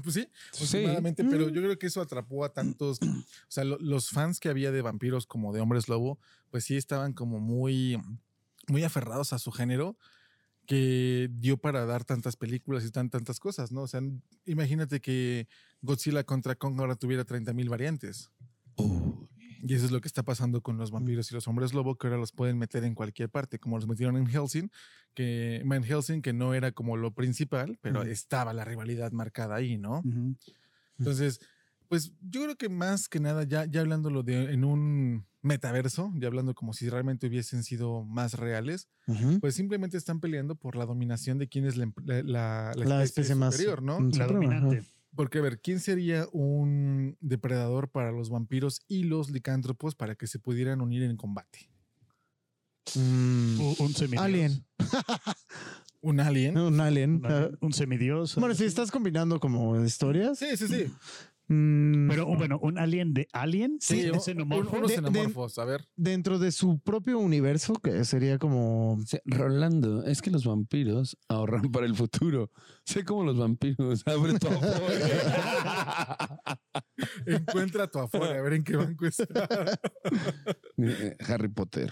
A: Pues sí, aproximadamente, pero yo creo que eso atrapó a tantos, o sea, lo- los fans que había de vampiros como de hombres lobo, pues sí estaban como muy, muy aferrados a su género que dio para dar tantas películas y tan, tantas cosas, ¿no? O sea, imagínate que Godzilla contra Kong ahora tuviera 30 mil variantes. Y eso es lo que está pasando con los vampiros y los hombres lobo, que ahora los pueden meter en cualquier parte, como los metieron en Helsing, que en Helsing, que no era como lo principal, pero
C: Ujú.
A: estaba la rivalidad marcada ahí, ¿no? Entonces, pues yo creo que más que nada, ya, ya hablándolo de en un metaverso, ya hablando como si realmente hubiesen sido más reales,
B: Ujú.
A: pues simplemente están peleando por la dominación de quién es la, em- la- la- la
B: La especie más
A: superior, ¿no?
B: mm,
C: La
B: suprema, ajá.
C: dominante.
A: Porque, a ver, ¿quién sería un depredador para los vampiros y los licántropos para que se pudieran unir en combate?
B: Mm.
C: U- Un semidios.
B: Alien.
A: ¿Un alien?
B: Un alien.
C: Un, alien, un semidios.
B: Bueno, si estás combinando como historias.
A: Sí, sí, sí.
B: mm,
C: Pero bueno, un alien de Alien.
A: Sí,
C: un
A: un-
C: xenomorfo.
A: un- unos
B: De- de-
A: xenomorfos, a ver.
B: dentro de su propio universo, que sería como.
D: Sí, Rolando, es que los vampiros ahorran para el futuro. Sé como los vampiros abre todo.
A: Encuentra tu afuera, a ver en qué banco está.
D: Eh, Harry Potter.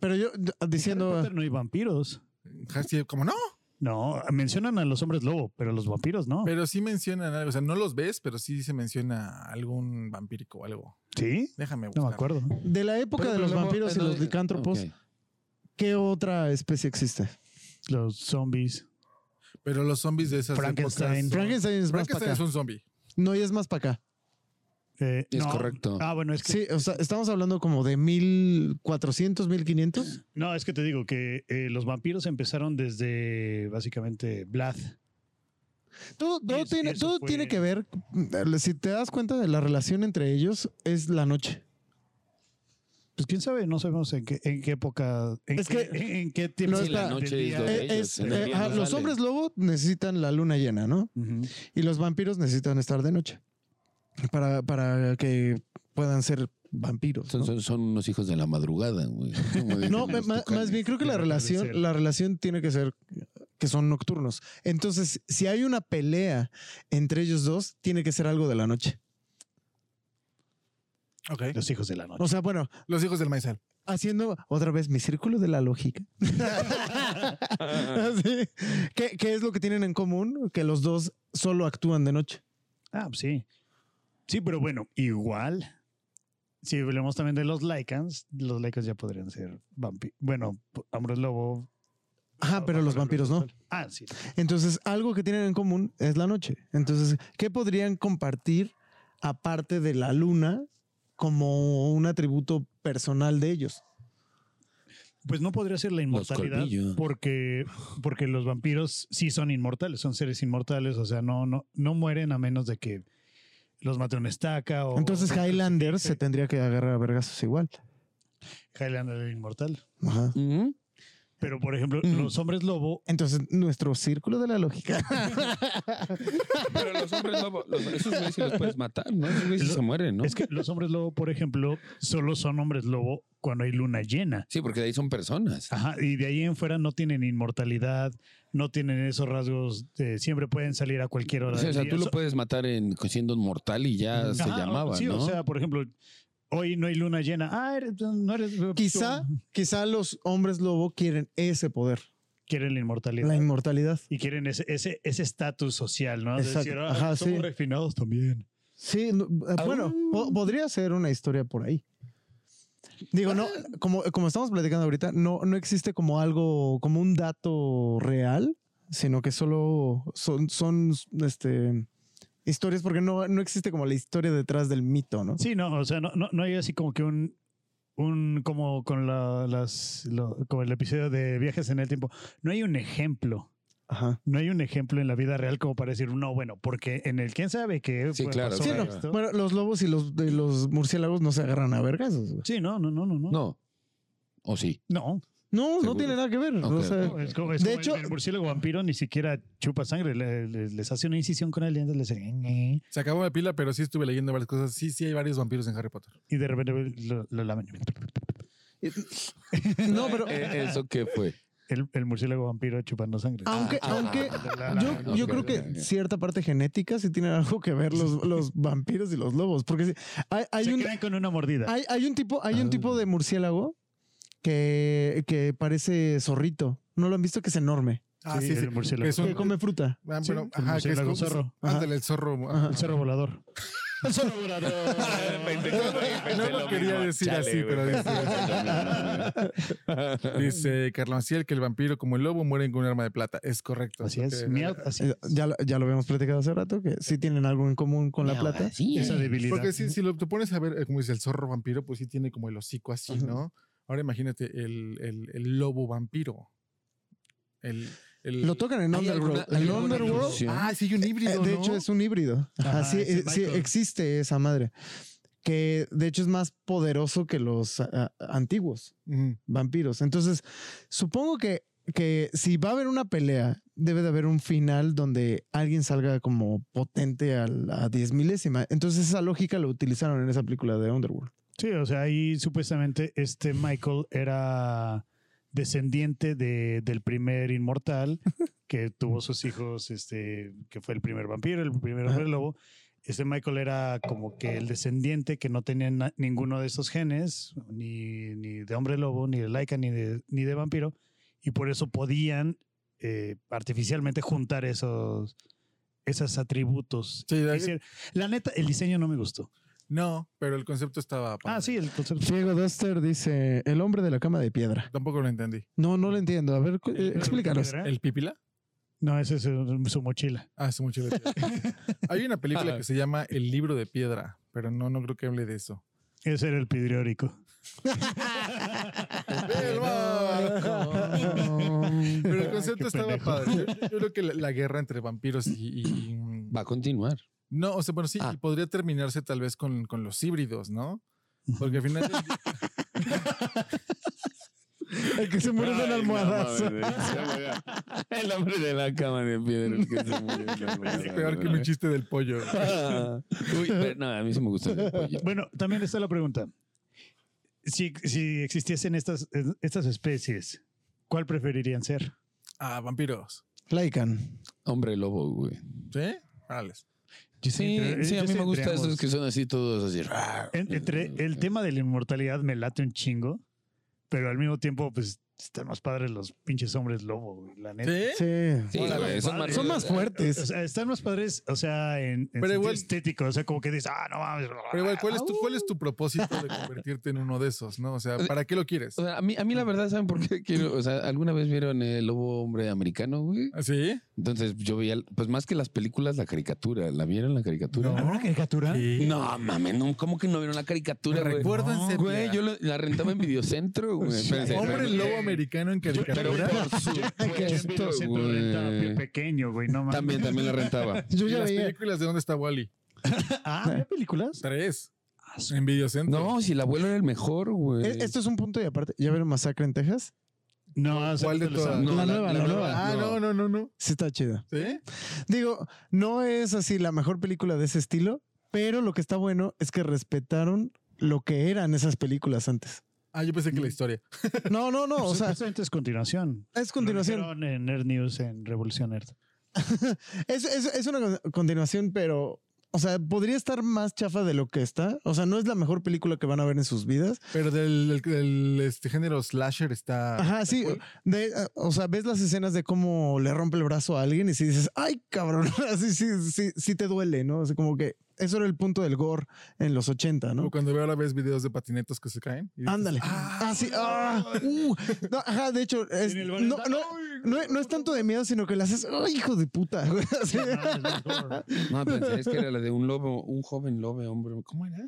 B: Pero yo d-
C: Harry
B: diciendo.
C: Potter no hay vampiros.
A: Así, como no,
C: No, ah, mencionan a los hombres lobo, pero los vampiros no.
A: pero sí mencionan algo. O sea, no los ves, pero sí se menciona algún vampírico o algo.
C: ¿Sí?
A: Déjame
C: No
A: buscar.
C: me acuerdo.
B: De la época
D: Pero,
B: de
D: pero
B: los
D: luego,
B: vampiros y
D: pero-
B: los licántropos,
D: Ok.
B: ¿Qué otra especie existe?
C: Los zombies.
A: Pero los zombies de esas
C: Frankenstein.
A: épocas son-
B: Frankenstein es más
A: Frankenstein
B: para
A: es
B: acá.
A: un zombie.
B: No, y es más para acá.
C: Eh,
D: Es
C: no.
D: correcto.
C: Ah, bueno, es que.
B: Sí, o sea, estamos hablando como de 1400, 1500.
C: No, es que te digo que eh, los vampiros empezaron desde básicamente Vlad.
B: Todo, todo
C: Y es-
B: tiene,
C: eso
B: todo
C: fue-
B: tiene que ver, si te das cuenta de la relación entre ellos, es la noche.
C: Pues quién sabe, no sabemos en qué, en qué época. En
B: Es
C: qué,
B: que-
C: en, en qué tiempo.
B: No
D: Sí,
B: es la-
D: la noche es lo de
B: Eh,
D: ellos,
B: es-
D: en el
B: eh,
D: día
B: ajá,
D: no
B: los
D: salen.
B: hombres lobo necesitan la luna llena, ¿no? Y los vampiros necesitan estar de noche para, para que puedan ser vampiros.
D: Son,
B: ¿no?
D: son, son unos hijos de la madrugada, güey. Como dicen
B: No,
D: los
B: ma-
D: tucanes.
B: más bien creo que la
C: Del
B: relación,
C: atardecer.
B: la relación tiene que ser que son nocturnos. Entonces, si hay una pelea entre ellos dos, tiene que ser algo de la noche.
A: Ok.
C: Los hijos de la noche.
B: O sea, bueno,
A: Los hijos del maizal.
B: haciendo otra vez mi círculo de la lógica. Así. ¿Qué, qué es lo que tienen en común? Que los dos solo actúan de noche.
C: Ah, pues sí. Sí, pero bueno, igual. Si hablamos también de los Lycans, los Lycans ya podrían ser vampiros. Bueno, hombres lobo.
B: Ajá, pero los vampiros no.
C: Ah, sí.
B: Entonces, algo que tienen en común es la noche. Entonces, ¿qué podrían compartir aparte de la luna como un atributo personal de ellos?
C: Pues no podría ser la inmortalidad
D: colmillos.
C: porque, porque los vampiros sí son inmortales, son seres inmortales, o sea, no, no, no mueren a menos de que los mate una estaca o
B: Entonces, Highlander se tendría que agarrar a vergazos igual.
C: Highlander era inmortal.
B: Ajá.
D: Ujú.
C: Pero por ejemplo,
D: Mm.
C: los hombres lobo,
B: Entonces, nuestro círculo de la lógica.
D: Pero los hombres no, los- esos güeyes sí los puedes matar, ¿no? Esos güeyes sí se mueren, ¿no?
C: es que los hombres lobo, por ejemplo, solo son hombres lobo cuando hay luna llena.
D: Sí, porque de ahí son personas.
B: Ah,
C: Ajá, y de ahí en fuera no tienen inmortalidad, no tienen esos rasgos, de- siempre pueden salir a cualquier hora.
D: O sea, o
C: del
D: sea,
C: día.
D: tú
C: So-
D: lo puedes matar en, siendo mortal y ya se
C: Ajá,
D: llamaba,
C: Ah, sí,
D: ¿no?
C: o sea, por ejemplo, hoy no hay luna llena. Ah, eres- no eres.
B: quizá, quizá los hombres lobo quieren ese poder,
C: Quieren la inmortalidad.
B: la inmortalidad.
C: y quieren ese ese ese estatus social, ¿no? De
B: Exacto.
C: decir, ah,
B: Ajá,
C: somos
B: sí.
C: refinados también.
B: Sí, no, eh, bueno, po- podría ser una historia por ahí. Digo, no, como, como estamos platicando ahorita, no, no existe como algo, como un dato real, sino que solo son, son este, historias, porque no, no existe como la historia detrás del mito, ¿no?
C: Sí, no, o sea, no, no, no hay así como que un un como con la- las lo- como el episodio de viajes en el tiempo, no hay un ejemplo.
B: Ajá.
C: No hay un ejemplo en la vida real como para decir, no, bueno, porque en el quién sabe qué
D: Sí,
C: fue-
D: claro,
C: pasó
B: Sí,
D: claro.
B: no, bueno, los lobos y los, de los murciélagos no se agarran a vergazos. güey.
C: Sí, no, no, no, no, no.
D: No. O sí.
C: No,
B: No, no
D: Seguro.
B: tiene nada que ver.
D: Ok,
B: o sea,
C: no, es como, es
B: De
C: como el-
B: hecho-
C: el, murciélago vampiro ni siquiera chupa sangre, le- les, les hace una incisión con el diente, les hace-
A: Se acabó la pila, pero sí estuve leyendo varias cosas. Sí, sí hay varios vampiros en Harry Potter.
C: y de repente lo, lo lamen.
B: no, pero
D: Eh, ¿Eso qué fue?
C: El, el murciélago vampiro chupando sangre.
B: Aunque,
D: Ah,
B: aunque
C: ah,
B: yo,
C: ah,
B: yo
D: ok,
B: creo
D: ok,
B: que
D: ok.
B: cierta parte genética sí tiene algo que ver los, los vampiros y los lobos. Porque sí, hay, hay,
C: se
B: un,
C: quedan con una mordida.
B: hay, hay un tipo, hay
D: Ah.
B: un tipo de murciélago que, que parece zorrito. ¿No lo han visto? Que es enorme.
A: Ah, sí, sí.
C: El murciélago.
A: Que son-
B: Que come fruta.
A: Ah,
C: Sí,
A: pero,
C: el
A: ajá, que es
C: murciélago
A: como-
C: zorro.
B: Ajá.
A: Ándale, el zorro. ajá.
C: El zorro volador. El zorro volador.
A: No lo quería decir así, pero dice, dice Carlos Maciel que el vampiro como el lobo mueren con un arma de plata. Es correcto.
C: Así
A: Lo
C: es.
A: que-
C: Miau, así
B: Eh,
C: es.
B: Ya, lo- ya lo habíamos platicado hace rato, que sí tienen algo en común con la plata.
D: Sí.
C: Esa debilidad.
A: Porque si, si lo te pones a ver, eh, como dice el zorro vampiro, pues sí tiene como el hocico así,
B: Ajá.
A: ¿no? Ahora imagínate el, el- el lobo vampiro. El, el-
B: Lo tocan en
D: ¿Hay
B: Underworld.
D: alguna- hay
B: En
D: alguna
B: Underworld
D: evolución?
A: Ah, sí, hay un híbrido.
B: Eh, de
A: ¿no?
B: hecho, es un híbrido.
C: Ajá,
B: Así
C: ese Michael.
B: existe esa madre. Que de hecho es más poderoso que los ah, antiguos
A: Ujú.
B: vampiros. Entonces, supongo que, que si va a haber una pelea, debe de haber un final donde alguien salga como potente a la diez milésima. Entonces, esa lógica lo utilizaron en esa película de Underworld.
C: Sí, o sea, ahí supuestamente este Michael era descendiente de, del primer inmortal que tuvo sus hijos, este, que fue el primer vampiro, el primer hombre lobo. Este Michael era como que el descendiente que no tenía na- ninguno de esos genes, ni, ni de hombre lobo, ni de laica, ni de, ni de vampiro, y por eso podían eh, artificialmente juntar esos, esos atributos.
A: Sí, de-
C: Hicier- la neta, el diseño no me gustó.
A: No, pero el concepto estaba.
C: Ah, sí, el concepto.
B: Diego Duster dice: El hombre de la cama de piedra.
A: Tampoco lo entendí.
B: No, no lo entiendo. A ver, cu- eh, explícanos.
C: ¿Piedra?
A: ¿El pipila?
C: No, ese es su, su mochila.
A: Ah, es mucho de Hay una película que se llama El libro de piedra, pero no, no creo que hable de eso.
C: Ese era el pidriórico.
A: ¡El barco! Pero el concepto
C: Qué
A: estaba
C: pendejo.
A: padre. Yo, yo creo que la, la guerra entre vampiros y, y- y-
D: Va a continuar.
A: No, o sea, bueno, sí,
D: Ah.
A: y podría terminarse tal vez con, con los híbridos, ¿no? Porque al final. del día-
B: El que se muere de la almohada.
D: el hombre de la cama de piedra el que se murió en la almohada.
A: es peor que mi chiste del pollo.
D: Ah. Uy, pero no, a mí sí me gusta el pollo.
C: Bueno, también está la pregunta. Si, si existiesen estas, estas especies, ¿cuál preferirían ser?
A: Ah, vampiros.
B: Laikan.
D: Hombre lobo, güey.
A: ¿Sí? Vale.
D: Sí,
C: entre-
D: sí, a
C: yo
D: mí
C: sí,
D: me gustan
C: entre
D: esos
C: ambos.
D: que son así todos así.
C: En- entre el tema de la inmortalidad me late un chingo, pero al mismo tiempo, pues están más padres los pinches hombres lobo, güey, la neta.
A: ¿Sí?
D: Sí,
B: Sí.
C: Hola,
D: güey, son
C: compadre.
D: más,
B: Son más
C: O
B: fuertes.
C: sea, están más padres, o sea, en, en
A: Pero
C: sentido
A: igual-
C: estético, o sea, como que dices, ah, no mames.
A: Pero igual, ¿cuál es, tu, ¿cuál es tu propósito de convertirte en uno de esos, no? O sea, ¿para qué lo quieres?
D: O sea, a mí, a mí la verdad, ¿saben por qué quiero? O sea, ¿alguna vez vieron el lobo hombre americano, güey?
A: ¿Sí?
D: Entonces yo veía, pues más que las películas, la caricatura. ¿La vieron la caricatura?
A: No.
C: ¿Habrá una caricatura?
D: No, mames, no, ¿cómo que no vieron la caricatura, güey?
A: Recuerdo en sepia.
D: Güey, yo lo- la rentaba en videocentro, güey. Espérense,
A: Hombre
D: espérense.
A: lobo americano en
D: Yo- pero
A: caricatura.
C: Yo
D: por
C: en
D: supuesto,
C: Videocentro
D: güey.
C: rentaba pie pequeño, güey, no mames.
D: También, también la rentaba.
B: Yo
A: ¿Y
B: ya
A: las
B: veía.
A: películas de dónde está Wally?
C: Ah, ¿había películas?
A: Tres. En videocentro.
D: No, si el abuelo era el mejor, güey.
B: Eh, Esto es un punto y aparte. ¿Ya vieron Masacre en Texas?
C: No, o sea,
A: ¿Cuál de
C: esto lo
A: todas?
C: saben.
D: No,
B: la nueva, la nueva.
A: Ah, no, no, no, no.
B: Sí, está chida.
A: ¿Sí?
B: Digo, no es así la mejor película de ese estilo, pero lo que está bueno es que respetaron lo que eran esas películas antes.
A: Ah, yo pensé que la historia.
B: No, no, no, o sea,
C: Supuestamente es continuación.
B: es
C: Lo
B: continuación.
C: dijeron en Nerd News, en Revolución Nerd.
B: Es, es- es una con- continuación, pero, o sea, podría estar más chafa de lo que está. O sea, no es la mejor película que van a ver en sus vidas.
A: Pero del, del- del, este género slasher está.
B: Ajá, sí. de- eh, o sea, ves las escenas de cómo le rompe el brazo a alguien y si dices, ay, cabrón, así sí, sí, sí te duele, ¿no? Así como que eso era el punto del gore en los 80, ¿no?
A: Como cuando veo ahora ves videos de patinetas que se caen. y dices,
B: Ándale. Ah, sí. Ah, uh. No, ajá, de hecho, es-
C: En el
B: no,
C: bar
B: no,
C: está-
B: no es- no es tanto de miedo, sino que le haces, "Ay, hijo de puta! güey, así.
D: No, pensé, es que era la de un lobo, un joven lobo, hombre. ¿Cómo era?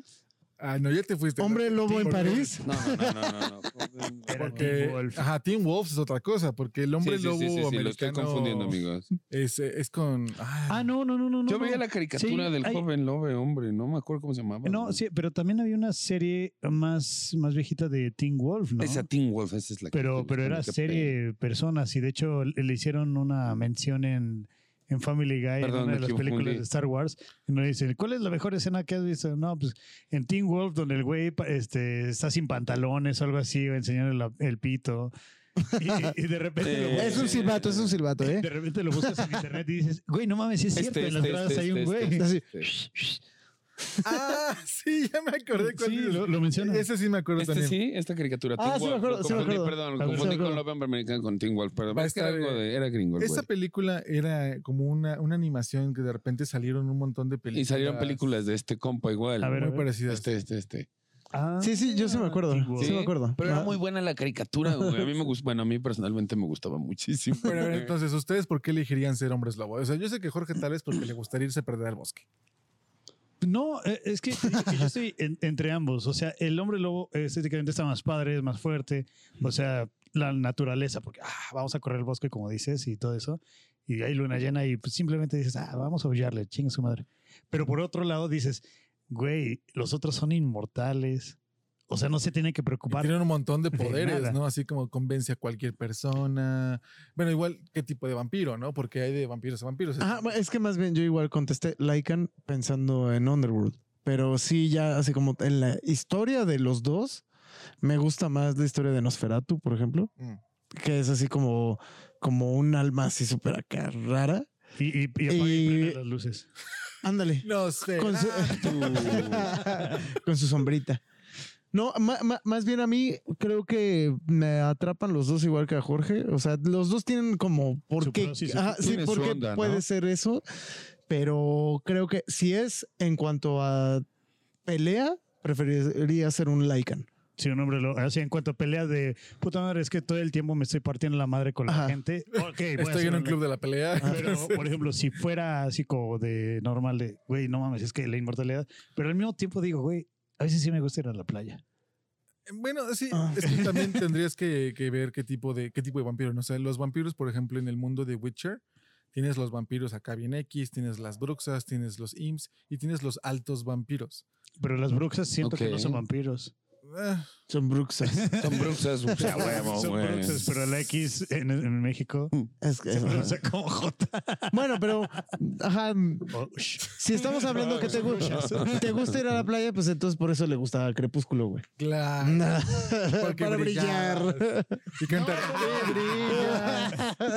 A: Ah, no, ya te fuiste.
B: Hombre lobo en
A: Porque-
B: París.
D: No, no, no, no, no. no. Joven
C: Era
D: lobo.
A: Porque,
C: Teen Wolf.
A: ajá, Team Wolf es otra cosa, porque el hombre
D: Sí, sí,
A: lobo
D: sí, sí, sí, lo estoy
A: americano
D: confundiendo, amigos.
A: Es, es con.
C: Ah, no, no, no, no.
D: Yo
C: no.
D: veía la caricatura
C: Sí,
D: del
C: hay-
D: joven lobe, hombre, no me acuerdo cómo se llamaba.
C: No,
D: güey.
C: sí, pero también había una serie más, más viejita de Teen Wolf, ¿no?
D: Esa Teen Wolf, esa es la que
C: pero,
D: estoy
C: pero era
D: buscando, qué pena.
C: serie personas y de hecho le le hicieron una mención en, en Family Guy,
D: Perdón,
C: en una
D: me
C: de las
D: confundí.
C: películas de Star Wars, y nos dicen, ¿cuál es la mejor escena que has visto? No, pues en Teen Wolf, donde el güey pa- este, está sin pantalones o algo así, o enseñando la- el pito. Y, y de repente... lo
D: Eh,
B: Es un
C: buscas-
B: silbato, es un silbato, ¿eh?
C: De repente lo buscas en internet y dices, güey, no mames, sí es cierto,
D: Este,
C: en las
D: este,
C: gradas
D: este,
C: hay un
D: este,
C: güey.
D: este.
B: Así.
A: Ah, sí, ya me acordé cuál
C: Sí,
A: es.
C: lo, lo mencionan.
A: Ese sí me acuerdo
D: Este
A: también.
D: sí, esta caricatura.
B: Ah,
D: Teen
B: sí me
D: Wolf,
B: acuerdo,
D: lo
B: sí me
D: confundí,
B: acuerdo.
D: Perdón,
C: Ah, sí
D: lo
C: me
D: confundí con
C: acuerdo.
D: Love American con Teen Wolf, pero
A: Va a
D: es que era
A: estar,
D: algo de, era gringo. el
A: Esa
D: güey.
A: película era como una, una animación que de repente salieron un montón de películas.
D: Y salieron películas de este compa igual.
C: A ver,
A: muy parecidas.
D: Este, este, este.
C: Ah,
B: Sí, sí, yo sí me acuerdo.
C: Teen Wolf.
B: Sí me acuerdo.
D: Pero era
B: Ah,
D: muy buena la caricatura, güey. A mí me gusta, bueno, a mí personalmente me gustaba muchísimo.
A: Pero a ver, entonces, ¿ustedes por qué elegirían ser hombres lobo? O sea, yo sé que Jorge tal vez porque le gustaría irse a perder al bosque.
C: No, eh, es que, te digo que yo estoy en- entre ambos. O sea, el hombre lobo estéticamente está más padre, es más fuerte. O sea, la naturaleza, porque ah, vamos a correr el bosque, como dices, y todo eso. Y hay luna llena y pues, simplemente dices, ah, vamos a aullarle, chingue su madre. Pero por otro lado dices, güey, los otros son inmortales. O sea, no se tienen que
A: Y
C: preocupar.
A: tienen un montón de
C: de
A: poderes,
C: nada.
A: ¿no? Así como convence a cualquier persona. Bueno, igual, ¿qué tipo de vampiro, no? Porque hay de vampiros a vampiros.
B: Ajá, bueno, es que más bien yo igual contesté Lycan pensando en Underworld. Pero sí, ya así como en la historia de los dos, me gusta más la historia de Nosferatu, por ejemplo,
A: Mm.
B: que es así como, como un alma así súper acá rara.
C: Y, y, y apaga y
B: Y-
C: prende las luces.
B: Ándale.
A: No sé. Ah.
B: Con su, con su sombrita. No, ma- ma- más bien a mí creo que me atrapan los dos igual que a Jorge. O sea, los dos tienen como por
C: Su
B: qué,
C: pros y su-
B: ajá, sí,
D: tiene
B: por
D: su
B: qué
D: onda, ¿no?
B: puede ser eso. Pero creo que si es en cuanto a pelea, preferiría ser un Lycan.
C: Si un hombre lo. Así en cuanto a pelea de puta madre, es que todo el tiempo me estoy partiendo la madre con la
B: Ajá.
C: gente. Ok, voy a
A: Estoy
C: ser
A: en un club de la pelea.
B: Ah,
C: Pero, por ejemplo, si fuera así como de normal, de güey, no mames, es que la inmortalidad. Pero al mismo tiempo digo, güey, a veces sí me gusta ir a la playa.
A: Bueno, sí,
B: Ah.
A: es que también tendrías que, que ver qué tipo de qué tipo de vampiros. ¿no? O sea, los vampiros, por ejemplo, en el mundo de Witcher, tienes los vampiros acá bien X, tienes las bruxas, tienes los imps y tienes los altos vampiros.
C: Pero las bruxas siento que no son
D: Ok.
C: vampiros.
A: Ah,
B: Son bruxas.
D: Son bruxas. o sea, huevo,
C: son
D: güey.
C: bruxas, pero la X en, en México
B: Es que-
C: se pronuncia como J.
B: bueno, pero ajá,
C: Oh, sh-
B: si estamos hablando que te, gu-
C: Bruxas.
B: te gusta ir a la playa, pues entonces por eso le gusta Crepúsculo, güey.
A: claro. Porque
B: Para
A: brillas.
B: brillar.
A: Y cantar.
C: No,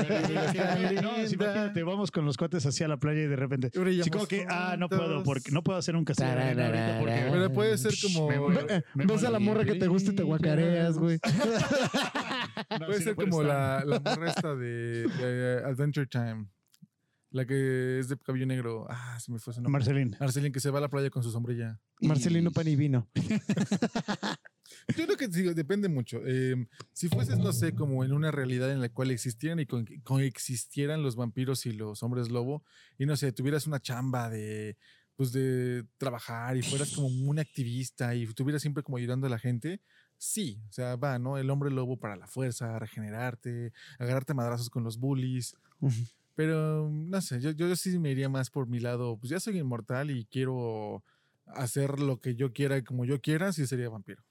C: si imagínate, vamos con los cuates hacia la playa y de repente.
A: Brillamos
C: Sí, como que, ah, no puedo,
A: juntos.
C: porque no puedo hacer un castillo de arena ahorita porque.
A: Pero puede ser como.
C: Me voy.
A: Puede
C: Me
B: Ves a la
C: morí.
B: morra que te gusta y te guacareas, güey.
C: No, sí,
A: ser
C: no puedo
A: como
C: estar.
A: la, la morra esta de, de Adventure Time. La que es de cabello negro. Ah, se me fue su nombre.
C: Marcelín.
A: Marcelín que se va a la playa con su sombrilla.
B: Marcelino Panivino.
A: Yo creo que sí, depende mucho. Eh, si fueses, no sé, como en una realidad en la cual existieran y con- coexistieran los vampiros y los hombres lobo, y no sé, tuvieras una chamba de pues de trabajar y fueras como un activista y estuvieras siempre como ayudando a la gente, sí, o sea, va, ¿no? El hombre lobo para la fuerza, regenerarte, agarrarte a madrazos con los bullies.
B: Ujú.
A: Pero, mm, no sé, yo, yo sí me iría más por mi lado, pues ya soy inmortal y quiero hacer lo que yo quiera y como yo quiera, sí sería vampiro.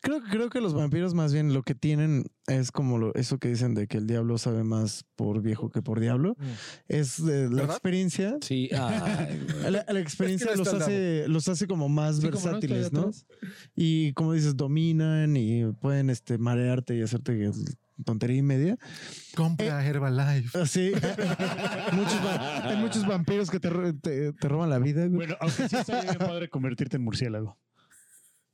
B: Creo, creo que los vampiros más bien lo que tienen es como lo, eso que dicen de que el diablo sabe más por viejo que por diablo.
A: Mm.
B: Es de la
A: ¿Verdad?
B: experiencia.
D: Sí, ay, güey.
B: La, la experiencia
A: no
B: los,
A: está al
B: hace, los hace como más
D: Sí, como no,
B: versátiles,
D: estoy
B: ¿no?
D: atrás.
B: Y como dices, dominan y pueden este, marearte y hacerte tontería y media.
A: Compra
C: Eh,
A: Herbalife.
B: Así. Ah, muchos, va- hay muchos vampiros que te, ro- te- te roban la vida. güey.
C: Bueno, aunque sí está bien padre convertirte en murciélago.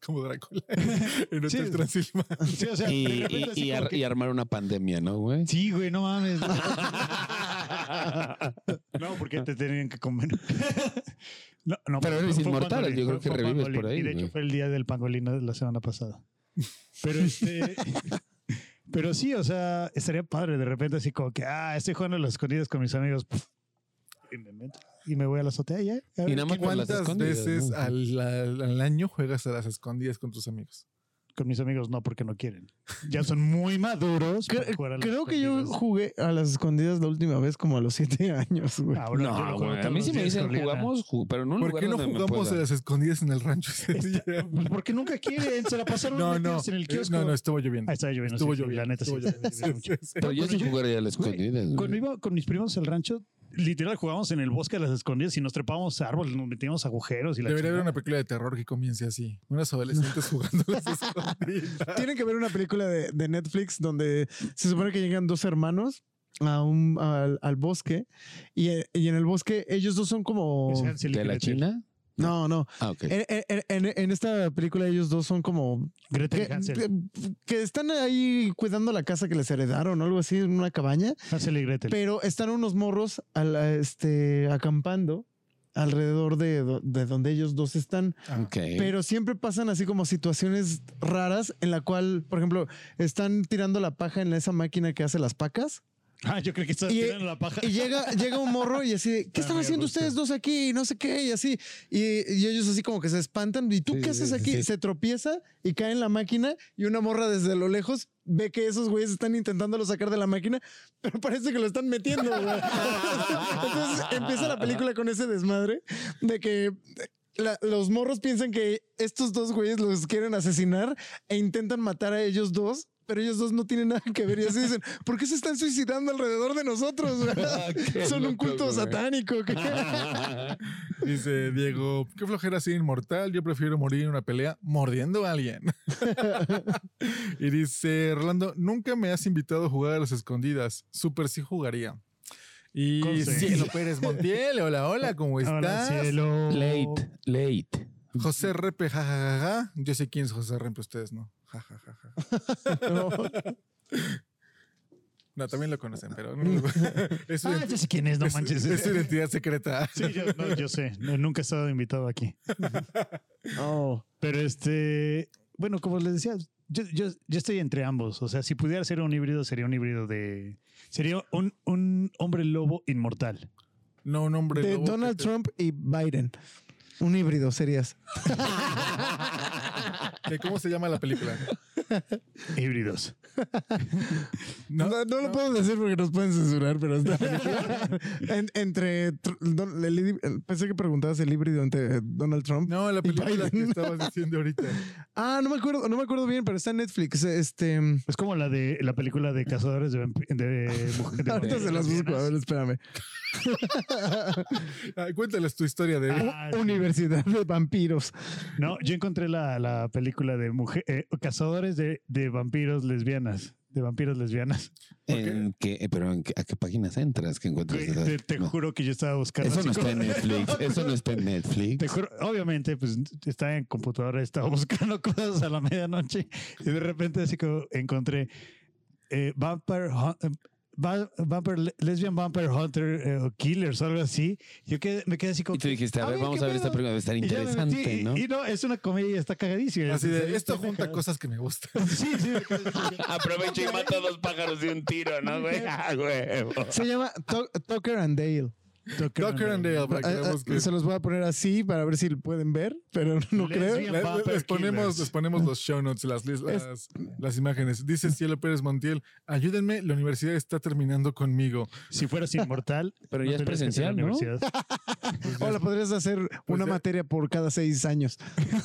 A: Como Drácula. en Hotel
B: Sí.
A: Transilvania.
C: Sí, o sea,
D: Y,
C: de repente
D: y-
C: así
D: y
C: como
D: ar-
C: que-
D: y armar una pandemia, ¿no, güey?
C: Sí, güey, no mames. no, porque te tenían que comer. No, no,
D: Ah. Pero
C: fue-
D: eres
C: fue
D: inmortal,
C: pangolín,
D: yo creo
C: fue-
D: que
C: fue
D: revives
C: pangolín,
D: por ahí,
C: Y de hecho
D: güey.
C: fue el día del pangolino la semana pasada. Pero este. Pero sí, o sea, estaría padre de repente así como que, ah, estoy jugando a las escondidas con mis amigos. Puf, Y me meto. Y me voy a la azotea y ya. a ver
D: Y nada más
C: quién-
D: con las
A: ¿Cuántas
D: escondidas,
A: veces
D: ¿no?
A: al, al- al año juegas a las escondidas con tus amigos?
C: con mis amigos no, porque no quieren. Ya son muy maduros. para
B: Cre-
C: jugar a las
B: Creo que yo
C: escondidas.
B: jugué a las escondidas la última vez como a los siete años, güey.
C: Ahora yo lo
D: No,
C: juego
D: güey. A
C: todos
D: mí
C: los
D: sí me
C: días
D: dicen
C: con Rihanna.
D: jugamos, ju- pero en un
A: ¿Por
D: lugar
A: qué no
D: donde me
A: jugamos a
D: pueda.
A: las escondidas en el rancho ese día?
C: Pues porque nunca quieren, se la pasaron
A: No, no.
C: metidos en el
A: eh,
C: kiosco.
A: No, no, estuvo lloviendo.
C: Ah, estaba lloviendo.
A: Estuvo
C: sí,
A: lloviendo.
C: La neta, sí,
A: estuvo
C: estaba lloviendo
A: lloviendo.
C: mucho.
A: Sí, sí,
D: Pero yo
C: Bueno,
D: sí
C: yo-
D: jugaría a las
C: Güey,
D: escondidas. güey.
C: Cuando iba con mis primos al rancho, literal jugábamos en el bosque a las escondidas y nos trepábamos a árboles, nos metíamos a agujeros y
A: sí.
C: la
A: Debería haber
C: chingada.
A: una película de terror que comience así. Unas adolescentes jugando a las escondidas.
B: Tienen que ver una película de, de Netflix donde se supone que llegan dos hermanos a un, al, al bosque y, eh, y en el bosque ellos dos son como...
C: Es Hansel y
D: ¿De la
C: Gretel.
D: China?
B: No, no.
D: Ah, ok.
C: Eh,
B: En, en- en- en esta película ellos dos son como...
C: Gretel y
B: Que,
C: Hansel.
B: que- que están ahí cuidando la casa que les heredaron o algo así en una cabaña,
C: Hansel y Gretel.
B: pero están unos morros al- a- este, acampando alrededor de, do- de donde ellos dos están.
D: Ok.
B: Pero siempre pasan así como situaciones raras en la cual, por ejemplo, están tirando la paja en esa máquina que hace las pacas
C: Ah, yo creo que estás
B: Y-
C: tirando la paja.
B: y llega, llega un morro y así, de,
C: Ah,
B: ¿qué están
C: me
B: haciendo
C: gusta.
B: ustedes dos aquí? Y no sé qué, y así. Y, y ellos así como que se espantan. ¿Y tú
D: Sí,
B: qué
D: sí,
B: haces
D: sí,
B: aquí?
D: sí.
B: Se tropieza y cae en la máquina y una morra desde lo lejos ve que esos güeyes están intentándolo sacar de la máquina, pero parece que lo están metiendo. güey. Entonces empieza la película con ese desmadre de que... la- los morros piensan que estos dos güeyes los quieren asesinar e intentan matar a ellos dos, pero ellos dos no tienen nada que ver. Y así dicen, ¿por qué se están suicidando alrededor de nosotros? güey?
D: Ah, qué
B: Son un
D: loco,
B: culto
D: güey.
B: satánico. ¿qué?
A: Dice Diego, qué flojera ser inmortal, yo prefiero morir en una pelea mordiendo a alguien. y dice Rolando, nunca me has invitado a jugar a las escondidas, super sí jugaría. Y
C: Conste.
A: Cielo Pérez Montiel, hola, hola, ¿cómo
C: Hola,
A: estás?
C: cielo.
D: Late, late.
A: José Repe, jajajaja. Yo sé quién es José Repe, ustedes no. Ja, ja, ja, ja. No, también lo conocen, pero no- es, su-
C: Ah, ya sé quién es, no
A: es-
C: manches.
A: es su identidad secreta.
C: Sí, yo, no, yo sé. No, nunca he estado invitado aquí.
D: Oh.
C: Pero este, bueno, como les decía, yo, yo, yo estoy entre ambos. O sea, si pudiera ser un híbrido, sería un híbrido de. Sería un, un hombre lobo inmortal.
A: No, un hombre.
B: De
A: lobo que
B: Donald
A: te-
B: Trump y Biden. Un híbrido serías.
A: que ¿Cómo se llama la película?
C: Híbridos.
B: No, no lo puedo decir porque nos pueden censurar, pero está. En- entre. tr- don- el híbrido- pensé que preguntabas el híbrido entre eh, Donald Trump.
A: No, la película que
B: Biden.
A: estabas diciendo ahorita.
B: Ah, no me acuerdo, no me acuerdo bien, pero está en Netflix. Este.
C: Es como la de la película de cazadores de, vamp- de, mujer- de
B: Ahorita
C: mujeres
B: se las busco, a ver, espérame.
A: Ah, cuéntales tu historia de.
C: Ah, sí.
B: Universidad de vampiros.
C: No, yo encontré la, la película de mujer, eh, cazadores de, de vampiros lesbianas. De vampiros lesbianas.
D: ¿En qué? Eh, ¿Pero en qué- a qué páginas entras que encuentras
C: Güey,
D: esas?
C: Te, te
D: No.
C: juro que yo estaba buscando.
D: Eso
C: así
D: no está
C: como-
D: en Netflix. Eso no está en
C: Te
D: Netflix.
C: juro, obviamente, pues estaba en computadora, estaba buscando cosas a la medianoche y de repente así como encontré eh, Vampire, Hun- eh, Va- Vampire Le- Lesbian Vampire Hunter eh, o Killers, algo así. Yo quedé- me quedé así como.
D: Y tú dijiste, a
C: "Ah,
D: ver,
C: bien,
D: vamos
C: ¿qué
D: a ver esta
C: pedo?"
D: película. Debe estar
C: Y ya me metí,
D: interesante,
C: y-
D: ¿no?
C: Y, no, es una comedia y está cagadísima.
A: Así de,
C: Entonces,
A: esto
C: está
A: junta
C: cagado.
A: cosas que me gustan.
C: Sí, sí, me quedé así como que,
D: Aprovecho y mato a dos pájaros de un tiro, ¿no, güey? Ah, huevo.
B: Se llama Tu- Tucker and Dale.
C: Tucker and
A: Tucker and Dale, para que
B: Ah, ah,
A: la busquen.
B: se los voy a poner así para ver si lo pueden ver, pero no creo.
A: Le-
C: Lesbian
A: le-
C: Vampire
A: les, ponemos,
C: Killers.
A: les ponemos los show notes, las, lis- las, las imágenes. Dice Cielo Pérez Montiel, ayúdenme, la universidad está terminando conmigo.
C: Si fueras inmortal,
D: Pero
C: no
D: ya es
C: tendrías que ser
D: presencial, ¿no?
C: universidad.
A: Pues
B: O la podrías hacer una
A: ya-
B: materia por cada seis años.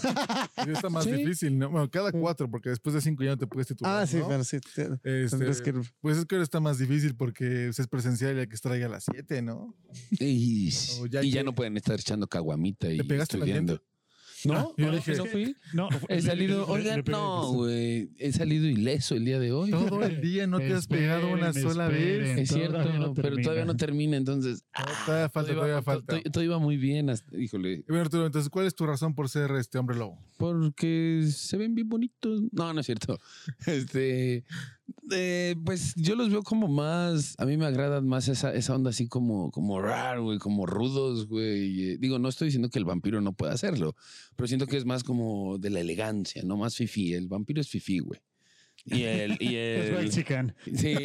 A: Ya está más
B: Sí.
A: difícil, ¿no? Bueno, cada cuatro, porque después de cinco ya no te puedes titular.
B: ah, sí,
A: ¿no?
B: bueno, sí. te-
A: Este,
B: tendrías que-
A: Pues es que ahora está más difícil porque pues, es presencial y hay que estar ahí a las siete, ¿no?
D: Y,
C: Oh,
A: O ya
D: y ya
A: que-
D: no pueden estar echando caguamita y
A: ¿Te pegaste la
D: estudiando. ¿No?
A: yo
D: ¿No?
A: dije-
D: ¿No fui?
C: No,
D: He salido,
C: Ah, le- le-
D: oigan,
C: le pegué
D: no,
C: justo.
D: güey. He salido ileso el día de hoy.
A: Todo el día no te has pegado una
C: Esperen,
A: sola vez.
C: esperen.
D: Es cierto,
C: Todavía no
D: pero todavía no
C: termina.
D: termina, entonces.
A: No, Ah, todavía falta,
D: todo
A: todavía
D: iba-
A: falta.
D: todo- todo iba muy bien. hasta- híjole,
A: Bueno, Arturo, entonces, ¿cuál es tu razón por ser este hombre lobo?
D: porque se ven bien bonitos. No, no es cierto. Este, eh, pues yo los veo como más, a mí me agradan más esa, esa onda así como, como raro, güey, como rudos, güey. Eh, Digo, no estoy diciendo que el vampiro no pueda hacerlo, pero siento que es más como de la elegancia, no más fifí. El vampiro es fifí, güey. Y el, y
C: Es
D: el,
C: mexican.
D: Sí, sí,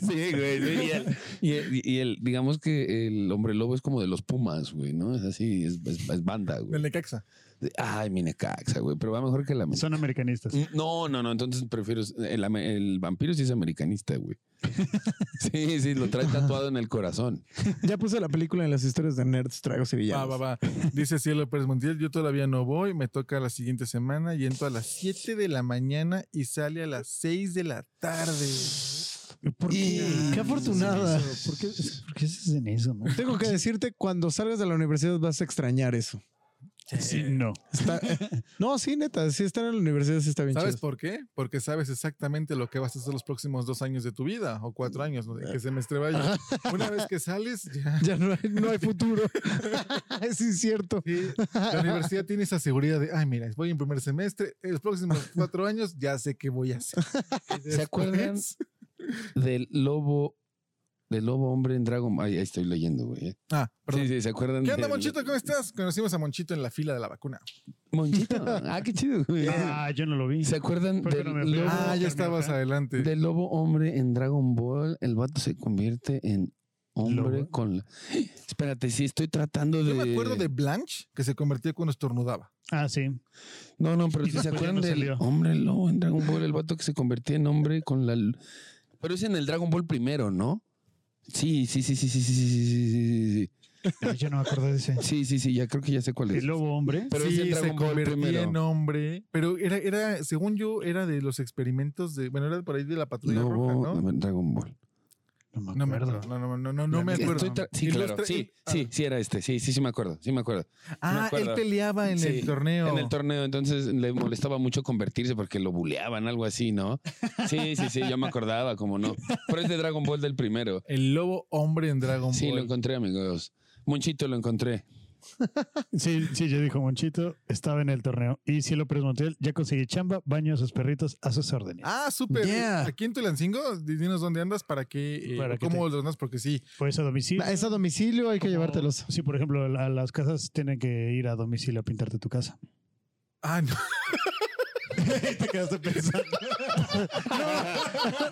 D: sí, güey. sí, y, el, y el- y el- digamos que el hombre lobo es como de los Pumas, güey, ¿no? Es así, es, es- es banda,
A: El
D: güey.
A: Necaxa.
D: Ay, mi necaxa, güey, pero va mejor que la
C: Son americanistas.
D: No, no, no, entonces prefiero. El, ame- el vampiro sí es americanista, güey. Sí, sí, lo trae tatuado en el corazón.
B: Ya puse la película en las historias de Nerds, Tragos y
A: Va,
B: Villanos.
A: va, va. Dice Cielo Pérez Montiel, yo todavía no voy, me toca la siguiente semana y entro a las 7 de la mañana y sale a las 6 de la tarde.
C: ¿Por
D: Y-
B: Qué afortunada.
C: ¿Por qué, por qué se hacen eso, no?
B: Tengo que decirte, cuando salgas de la universidad vas a extrañar eso.
C: Sí, no.
B: Está- no, sí, neta, si estar en la universidad sí está bien
A: ¿Sabes
B: chido.
A: por qué? Porque sabes exactamente lo que vas a hacer los próximos dos años de tu vida o cuatro años, ¿no? que semestre vaya. Una vez que sales, ya.
B: Ya no hay, no hay futuro. es incierto.
A: Sí, la universidad tiene esa seguridad de, ay, mira, voy en primer semestre, los próximos cuatro años ya sé qué voy a hacer. Y
D: ¿Se acuerdan?
A: después-
D: Del lobo. Del lobo hombre en Dragon Ay, ahí estoy leyendo, güey. ¿eh?
A: Ah, perdón.
D: Sí, sí, ¿se acuerdan?
A: ¿Qué onda,
D: del-
A: Monchito? ¿Cómo estás? Conocimos a Monchito en la fila de la vacuna.
D: Monchito. Ah, qué chido, güey.
C: Ah, yo no lo vi.
D: ¿Se acuerdan
C: Fue que
D: del
C: no me fui.
D: lobo
A: Ah, ya
C: Carmen,
A: estabas
C: ajá.
A: adelante.
D: De lobo hombre en Dragon Ball, el vato se convierte en hombre
C: Lobo.
D: con la. Espérate, sí, estoy tratando de.
A: Yo me acuerdo de Blanche que se convertía cuando estornudaba.
C: Ah, sí.
D: No, no, pero
C: Y
D: si
C: después
D: se
C: ya
D: acuerdan
C: no
D: del
C: salió.
D: hombre lobo en Dragon Ball, el vato que se convertía en hombre con la. l- Pero es en el Dragon Ball primero, ¿no? Sí, sí, sí, sí, sí, sí, sí, sí, sí, sí, sí,
C: Ah, Yo no me acuerdo de ese.
D: sí, sí, sí, sí, ya creo que ya sé cuál es.
C: El lobo hombre.
D: Pero es
A: sí,
D: en
A: se
D: Dragon Ball
A: convertía
D: primero.
A: en hombre. Pero era, era, según yo, era de los experimentos de. Bueno, era por ahí de la patrulla
D: Lobo
A: roja, ¿no?
D: a ver, Dragon Ball.
C: No me
A: No me
C: acuerdo.
A: acuerdo. No, no, no, no, no me
D: Estoy
A: acuerdo.
D: tra- sí,
A: Y los
D: claro,
A: tre-
D: sí,
A: ah,
D: sí, sí era este, sí, sí, sí me acuerdo, sí me acuerdo. me
A: Ah, él
D: acuerdo.
A: peleaba en
D: Sí,
A: el torneo.
D: En el torneo, entonces le molestaba mucho convertirse porque lo buleaban, algo así, ¿no? Sí, sí, sí, yo me acordaba, como no. Pero es de Dragon Ball del primero.
A: El lobo hombre en Dragon
D: Sí, lo
A: Ball.
D: encontré, amigos. Monchito lo encontré.
C: Sí, sí, yo dijo Monchito, estaba en el torneo. Y Cielo Pérez Montiel, ya conseguí chamba, baño a sus perritos a sus órdenes.
A: Ah, súper.
B: Yeah.
A: Aquí en Tulancingo, di- dinos dónde andas para que, eh,
C: Para que
A: cómo
C: te-
A: los donas, porque sí.
C: Pues a domicilio.
B: Es a domicilio, hay que
C: como-
B: llevártelos.
C: Sí, por ejemplo, a las casas tienen que ir a domicilio a pintarte tu casa.
A: Ah, no.
C: Te quedaste pensando.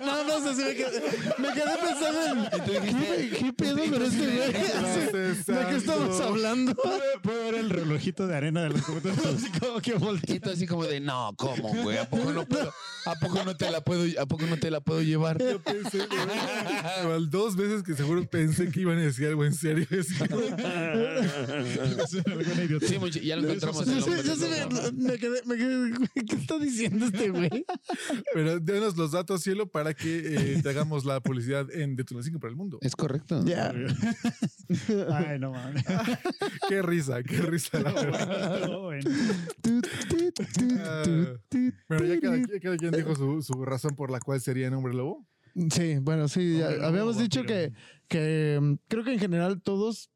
B: No, no sé si me quedé, me quedé pensando en ¿qué, qué pedo con este güey? Así, ¿De qué estamos hablando?
C: Puedo ver el relojito de arena de los computadores. Así como que volteé.
D: Y tú así como de, no, ¿cómo, güey? ¿A poco no puedo? ¿A poco no te la puedo, a poco no te la puedo llevar?
A: Yo pensé, de verdad, igual dos veces que seguro pensé que iban a decir algo en serio. Es que-
C: Es alguna idiotez.
D: Sí, mucho- ya lo encontramos.
B: Yo
D: el
B: sí-
D: hombre
B: yo sí
D: lobo.
B: me, me quedé, me quedé, güey, ¿qué está diciendo este güey?
A: Pero denos los datos, cielo, para que eh, te hagamos la publicidad en de Tulancingo para el mundo.
D: Es correcto.
B: Ya.
C: Ay, no mames.
A: Qué risa, qué risa. la verdad.
C: Estuvo bueno.
B: Tu, tu, tu, tu, tu,
A: Pero ya cada, ya cada quien dijo su, su razón por la cual sería nombre lobo.
B: Sí, bueno, sí, ya
C: Hombre,
B: habíamos
C: lobo,
B: dicho que,
C: vampiro.
B: que mm, creo que en general todos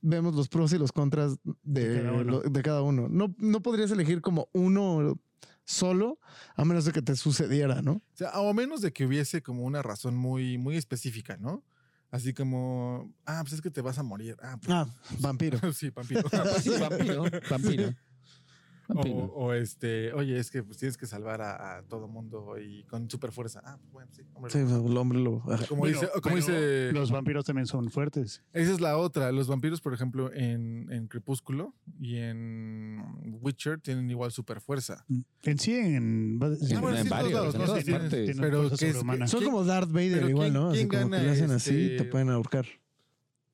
B: vemos los pros y los contras de,
C: De cada uno.
B: lo- de cada uno. No, no podrías elegir como uno solo, a menos de que te sucediera, ¿no?
A: O sea, o a menos de que hubiese como una razón muy, muy específica, ¿no? Así como, ah, pues es que te vas a morir. Ah, pues,
B: Ah, vampiro.
A: sí, vampiro.
D: Pues Sí, vampiro, vampiro.
A: O,
D: Vampiro.
A: o este, oye, es que pues, tienes que salvar a, a todo mundo y con super fuerza. Ah, pues, bueno, sí, hombre.
B: Sí, el hombre lobo. Ajá.
A: Como
C: Bueno,
A: dice, o como
C: pero
A: dice
C: Los vampiros también son fuertes.
A: esa es la otra. Los vampiros, por ejemplo, en, en Crepúsculo y en Witcher tienen igual super fuerza.
C: En sí, en.
A: Ah, bueno,
D: en
A: sí, en todos
D: varios,
A: lados,
D: en
A: ¿no?
D: todas
A: Sí, tienen-
D: partes.
A: tienen pero
C: fuerza
A: que es-
C: sobrehumana.
B: Son
A: ¿Quién-
B: como Darth Vader
A: pero
B: igual,
A: quién-
B: ¿no? Así
A: quién
B: como que
A: gana,
B: le hacen así,
A: este,
B: te pueden ahorcar.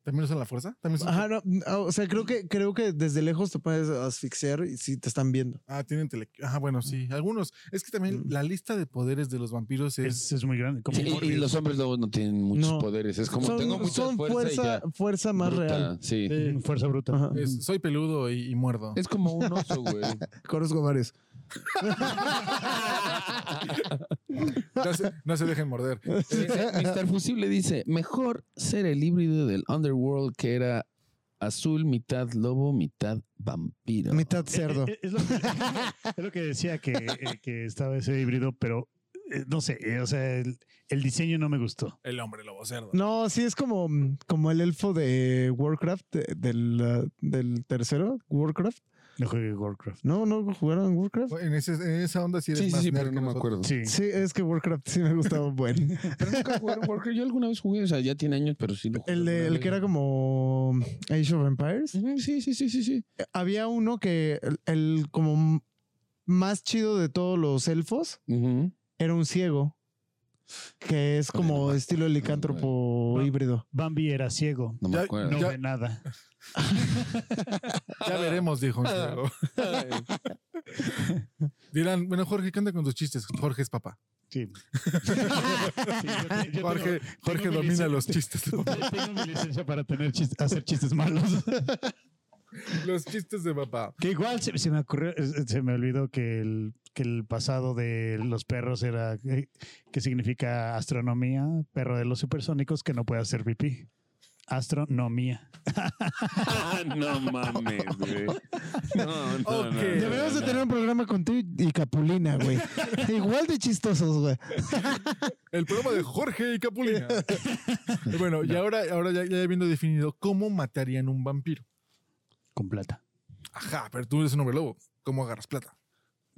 A: ¿También usan la fuerza? ¿También son-
B: Ajá, no, no, o sea, creo que, creo que desde lejos te puedes asfixiar y si te están viendo.
A: Ah, tienen tele... Ah, bueno, sí. Algunos. Es que también
B: Mm.
A: la lista de poderes de los vampiros es...
C: Es, es muy grande. Como
D: Sí, y- y,
C: Morbius.
D: los hombres lobos no tienen muchos
B: No.
D: poderes. Es como
B: son
D: tengo mucha
B: son
D: fuerza, y
B: fuerza,
D: ya.
B: fuerza más
D: Bruta,
B: real.
D: Sí.
C: Mm, Fuerza bruta.
B: Ajá.
A: es- soy peludo y, y muerdo.
D: Es como un oso, güey.
B: Conozco varios.
A: No se, no se dejen morder.
D: Mr. Fusible dice, mejor ser el híbrido del Underworld que era azul, mitad lobo, mitad vampiro.
B: Mitad cerdo.
C: Eh, eh, Es, lo que, es lo que decía que, eh, que estaba ese híbrido, pero eh, no sé, eh, o sea, el, el diseño no me gustó.
A: El hombre lobo cerdo.
B: No, sí, es como, como el elfo de Warcraft, de- del, uh, del tercero, Warcraft.
C: No jugué Warcraft.
B: No, no jugaron Warcraft.
A: En, ese- en esa onda sí eres
D: Sí, sí,
A: más
D: sí,
A: nerd
D: pero
A: que
D: no me
A: nosotros.
C: Sí.
D: acuerdo.
B: Sí, es que Warcraft sí me gustaba un buen.
D: Pero nunca jugué Warcraft. Yo alguna vez jugué, o sea, ya tiene años, pero sí lo jugué.
B: El, de-
D: alguna
B: el
D: vez.
B: que era como Age of Empires.
D: Ujú, Sí, sí, sí, sí, sí.
B: Eh, Había uno que el, el como más chido de todos los elfos
D: Ujú.
B: era un ciego. Que es
D: Joder, no
B: como
D: me
B: estilo licántropo
C: güey.
B: híbrido.
C: Bambi era ciego.
D: No me
A: Ya-
D: acuerdo.
C: No
A: Ya-
C: ve nada.
A: Ya veremos, dijo. un ciego. Dirán, bueno, Jorge, ¿qué onda con tus chistes? Jorge es papá.
C: Sí. Sí, yo te- yo tengo-
A: Jorge, Jorge
C: mi
A: domina
C: lic-
A: los chistes. de papá.
C: Tengo mi licencia para tener chis- hacer chistes malos.
A: los chistes de papá.
C: Que igual se, se me ocurrió, eh, se me olvidó que el, que el pasado de los perros era eh, que significa astronomía, perro de los supersónicos que no puede hacer pipí. Astronomía.
D: Ah, no mames, güey. No, no,
A: Ok.
D: no, no,
B: Deberíamos de
D: no.
B: tener un programa contigo y Capulina, güey. Igual de chistosos, güey.
A: El programa de Jorge y Capulina. bueno, y ahora, ahora ya, ya habiendo definido cómo matarían un vampiro.
C: Con plata.
A: Ajá, pero tú eres un hombre lobo. ¿Cómo agarras plata?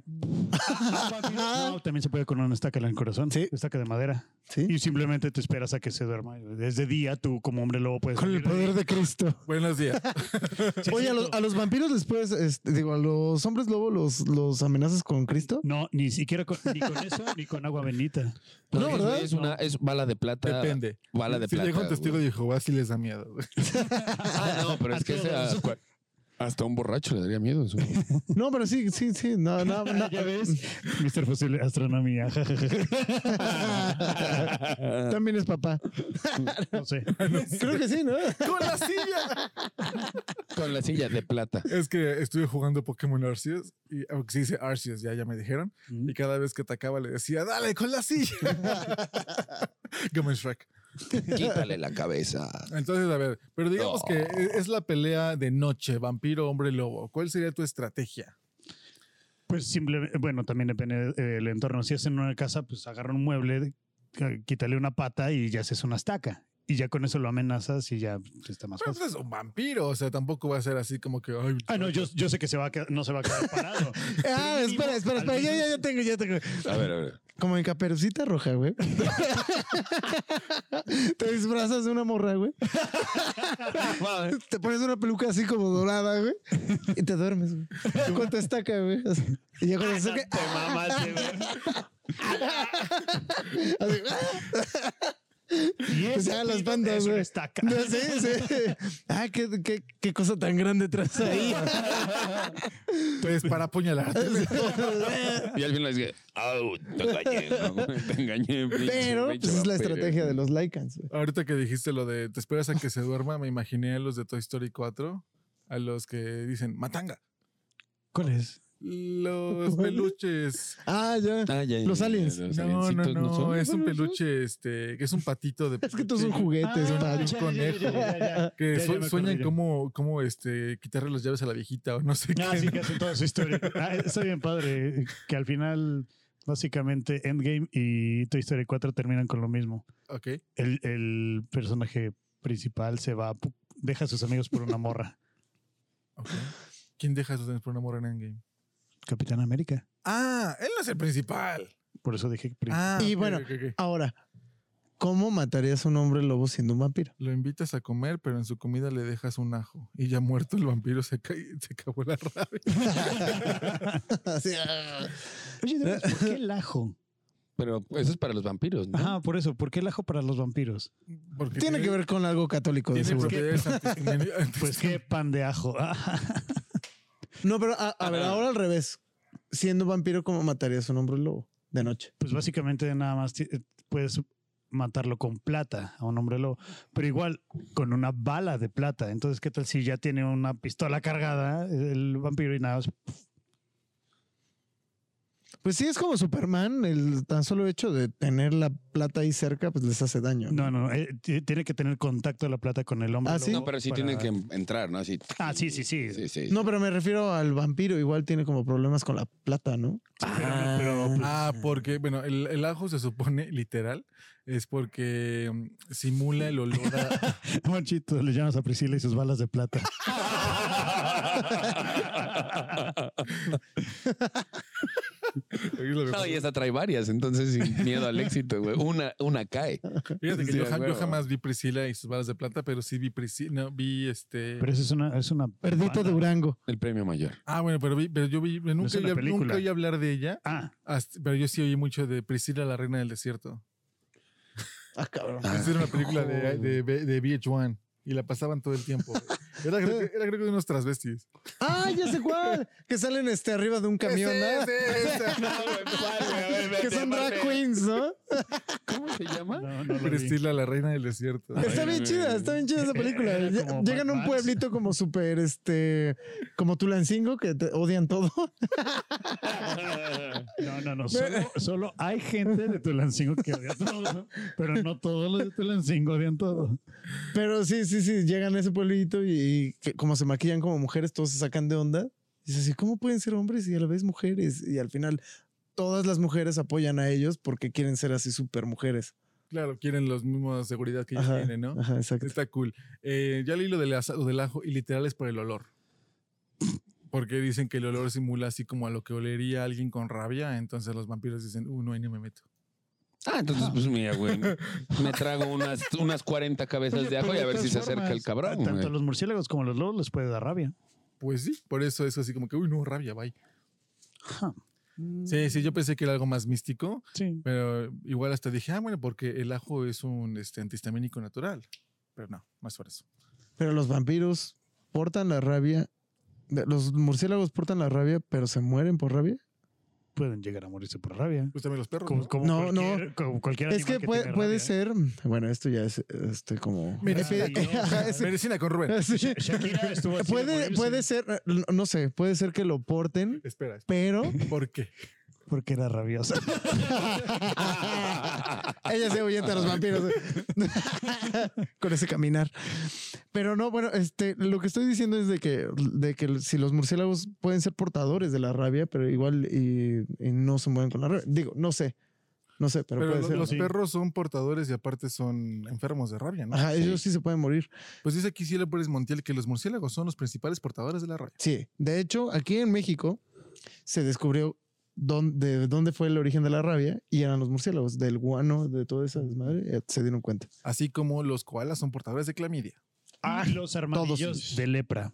C: Pues No, también se puede con una estaca en el corazón.
B: Sí.
C: Estaca de madera.
B: Sí.
C: Y simplemente te esperas a que se duerma. Desde día tú como hombre lobo puedes...
B: Con el
C: salir
B: poder de Cristo.
A: Buenos días.
C: ahí. Sí,
B: Oye, a
C: cierto.
B: los, a los vampiros les puedes, este, digo, a los hombres lobo los, los amenazas con Cristo.
C: No, ni siquiera con, ni con eso ni con agua bendita.
D: No,
B: No,
D: es-
B: ¿verdad?
D: Es una es bala de plata.
A: Depende.
D: Bala de
A: si
D: plata.
A: llega un testigo
D: güey.
A: de Jehová, sí les da miedo. güey.
D: Ah, no, pero es que ese, ah, cua- hasta un borracho le daría miedo. eso.
B: No, pero sí, sí, sí. No, no, no.
C: ¿Ya ves? Mr. Fusible Astronomía.
B: También es papá.
C: no sé.
B: Creo que sí, ¿no?
A: ¡Con la silla!
D: Con la silla de plata.
A: es que estuve jugando Pokémon Arceus y aunque se dice Arceus, ya, ya me dijeron. Y cada vez que atacaba le decía, dale con la silla. Como en Shrek.
D: Quítale la cabeza.
A: Entonces, a ver, pero digamos
D: No.
A: que e- es la pelea de noche, vampiro, hombre, lobo. ¿Cuál sería tu estrategia?
C: Pues simplemente, bueno, también depende del entorno. Si es en una casa, pues agarra un mueble, eh, quítale una pata y ya haces una estaca. Y ya con eso lo amenazas y ya pues, está más
A: Pero
C: fácil.
A: pues, es un vampiro, o sea, tampoco va a ser así como que. Ay,
C: Ah, no, yo, yo sé que se va a quedar- no se va a quedar parado.
B: Ah,
C: Pero mínimo,
B: espera, espera,
C: al
B: espera. Ya, ya,
C: menos-
B: ya tengo, ya tengo.
D: A ver, a ver.
B: Como en caperucita roja, güey. Te disfrazas de una morra, güey. Te pones una peluca así como dorada, güey. Y te duermes, güey. Con tu estaca, güey. Así. Y ya
A: Ah,
B: cuando se acerca-
C: Te mamaste, güey.
B: así,
C: Y
B: Pues
C: ese
B: ya las
C: pito
B: bandas,
C: es una
B: güey.
C: estaca.
B: No, sí, sí. Ah, qué, qué, qué cosa tan grande traes ahí.
A: Pues para apuñalarte.
D: Y al final es que, "Au, te engañé, ¿no? Te engañé, pinche-
B: Pero
D: pinche
B: pues, es
D: vampiro".
B: la estrategia de los Lycans, güey.
A: Ahorita que dijiste lo de te esperas a que se duerma, me imaginé a los de Toy Story 4, a los que dicen matanga.
C: ¿Cuál es?
A: Los peluches.
B: Ah, ya.
D: Ah, ya, ya,
B: Los
D: ya,
B: aliens.
D: los
A: No, no,
D: aliencitos
A: no,
D: son.
A: es un peluche, este, que es un patito de.
B: Es que tú son
A: peluche
B: juguetes,
A: Ah,
B: Pacho.
A: ya. Que
C: Ya, ya
A: sue-
C: me acordé,
A: sueñan
C: ya.
A: cómo, cómo este, quitarle las llaves a la viejita o no sé
C: Ah,
A: qué.
C: sí, que hace toda su historia. Ah, está bien padre que al final, básicamente, Endgame y Toy Story 4 terminan con lo mismo.
A: Ok.
C: El, el personaje principal se va, pu- deja a sus amigos por una morra.
A: ok. ¿Quién deja sus por un amor en Endgame?
C: Capitán América.
A: Ah, él no es el principal.
C: Por eso dije que
A: Ah,
B: Y
A: ok,
B: bueno,
A: ok, ok.
B: Ahora, ¿cómo matarías a un hombre lobo siendo un vampiro?
A: Lo invitas a comer, pero en su comida le dejas un ajo. Y ya muerto el vampiro se, cae, se acabó la rabia.
B: Así, ah.
C: Oye, de veras, ¿por qué el ajo?
D: Pero eso es para los vampiros, ¿no?
C: Ajá, por eso. ¿Por qué el ajo para los vampiros?
A: Porque
B: Tiene que ver con algo católico, de
A: Tiene
B: seguro.
A: propiedades antistamini- antis-
C: Pues qué pan de ajo.
B: No, pero a, a ver, ahora al revés. Siendo vampiro, ¿cómo matarías a un hombre lobo de noche?
C: pues básicamente nada más ti- eh, puedes matarlo con plata a un hombre lobo, pero igual con una bala de plata. Entonces, ¿qué tal si ya tiene una pistola cargada el vampiro y nada más?
B: Pues sí, es como Superman. El tan solo hecho de tener la plata ahí cerca, pues les hace daño.
C: No, no, eh, t- tiene que tener contacto la plata con el hombre.
B: Ah, ¿sí?
C: lobo
D: No, pero sí
C: para-
D: tienen que entrar, ¿no? Así.
C: Ah, sí, sí, sí.
D: Sí, sí.
B: No, pero me refiero al vampiro. Igual tiene como problemas con la plata, ¿no?
C: pero- pero, pues,
A: Ah, porque, bueno, el, el ajo se supone literal, es porque mm, simula el olor a.
C: Monchito, le llamas a Priscila y sus balas de plata.
D: No, y esta trae varias, entonces sin miedo al éxito, güey. Una, una cae.
A: Fíjate que
D: Sí,
A: yo,
D: a
A: ja- yo
D: huevo.
A: jamás vi Priscila y sus balas de plata, pero sí vi Priscila, no, vi este.
C: Pero eso es una... Es una
B: Perdita
C: bala.
B: Durango.
D: El premio mayor.
A: Ah, bueno, pero, vi, pero yo vi, nunca,
C: es una
A: oí- nunca
C: película.
A: oí hablar de ella,
C: Ah,
A: hasta- pero yo sí oí mucho de Priscila, la reina del desierto.
B: Ah, cabrón.
A: Esa era una película de, de, de VH1 y la pasaban todo el tiempo. Era, creo que- era creo que de unos transvestis.
B: Ah, ya sé cuál. Que salen este arriba de un camión, ¿no? Que son drag queens, ¿no?
D: ¿Cómo se llama?
C: no, no lo vi.
A: Priscila, la reina del desierto.
B: Está
D: Ay,
B: bien
D: güey.
B: chida, está bien chida esa película.
C: Era
B: Lle-
C: como
B: Llegan a un
C: Mad Max.
B: pueblito como súper, este, como Tulancingo, que te odian todo.
C: No, no, no. Solo, solo hay gente de Tulancingo que odia todo, ¿no? pero no todos los de Tulancingo odian todo.
B: Pero sí, sí, sí, llegan a ese pueblito y, y que como se maquillan como mujeres, todos se sacan de onda. Y es así, ¿cómo pueden ser hombres y a la vez mujeres? Y al final todas las mujeres apoyan a ellos porque quieren ser así súper mujeres.
A: Claro, quieren los mismos seguridad que ellos
B: Ajá.
A: tienen, ¿no?
B: Ajá, exacto.
A: Está cool. Eh, ya leí lo del, asa- lo del ajo y literal es por el olor. Porque dicen que el olor simula así como a lo que olería alguien con rabia. Entonces los vampiros dicen, uh, no, ahí no me meto.
D: Ah, entonces, pues mira, güey. Me trago unas, unas 40 cabezas
C: Oye,
D: de ajo
C: pero
D: y
C: de
D: a ver si se
C: todas
D: acerca el
C: formas,
D: cabrón.
C: Tanto
D: güey.
C: a los murciélagos como a los lobos les puede dar rabia.
A: Pues sí, por eso es así como que, uy, no, rabia, bye.
C: Ajá.
A: Sí, sí, yo pensé que era algo más místico,
C: Mm, Sí.
A: pero igual hasta dije, ah, bueno, porque el ajo es un este, antihistamínico natural. Pero no, no es por eso.
B: Pero los vampiros portan la rabia. de- Los murciélagos portan la rabia, pero se mueren por rabia.
C: Pueden llegar a morirse por rabia.
A: Pues también los perros.
C: Como,
A: ¿no?
C: como
B: No, no.
C: cualquier, Como cualquier
B: Es que,
C: animal
B: puede,
C: tenga
B: puede
C: rabia, ¿eh?
B: ser. Bueno, esto ya es este como.
A: Medicina,
C: Ay, no.
B: Ajá, es-
A: Medicina con Rubén.
B: sí.
C: Shakira estuvo así de
B: Puede,
C: morirse.
B: puede ser, eh, no- no sé, puede ser que lo porten,
A: Espera, espera,
B: pero
A: ¿por qué?
C: Porque era rabiosa.
B: Ella se ahuyenta a los vampiros. güey. Con ese caminar. Pero no, bueno, este, lo que estoy diciendo es de que, de que si los murciélagos pueden ser portadores de la rabia, pero igual y, y no se mueven con la rabia. Digo, no sé. No sé, pero,
A: Pero,
B: puede
A: lo-
B: ser.
A: los
C: Sí.
A: perros son portadores y aparte son enfermos de rabia, ¿no?
B: Ajá, ellos sí se pueden morir.
A: Pues dice aquí Cielo Pérez Montiel que los murciélagos son los principales portadores de la rabia.
B: Sí, de hecho, aquí en México se descubrió dónde, de dónde fue el origen de la rabia y eran los murciélagos, del guano, de toda esa desmadre, eh, se dieron cuenta.
A: Así como los koalas son portadores de clamidia.
C: Ah, los armadillos
B: ellos.
C: de lepra.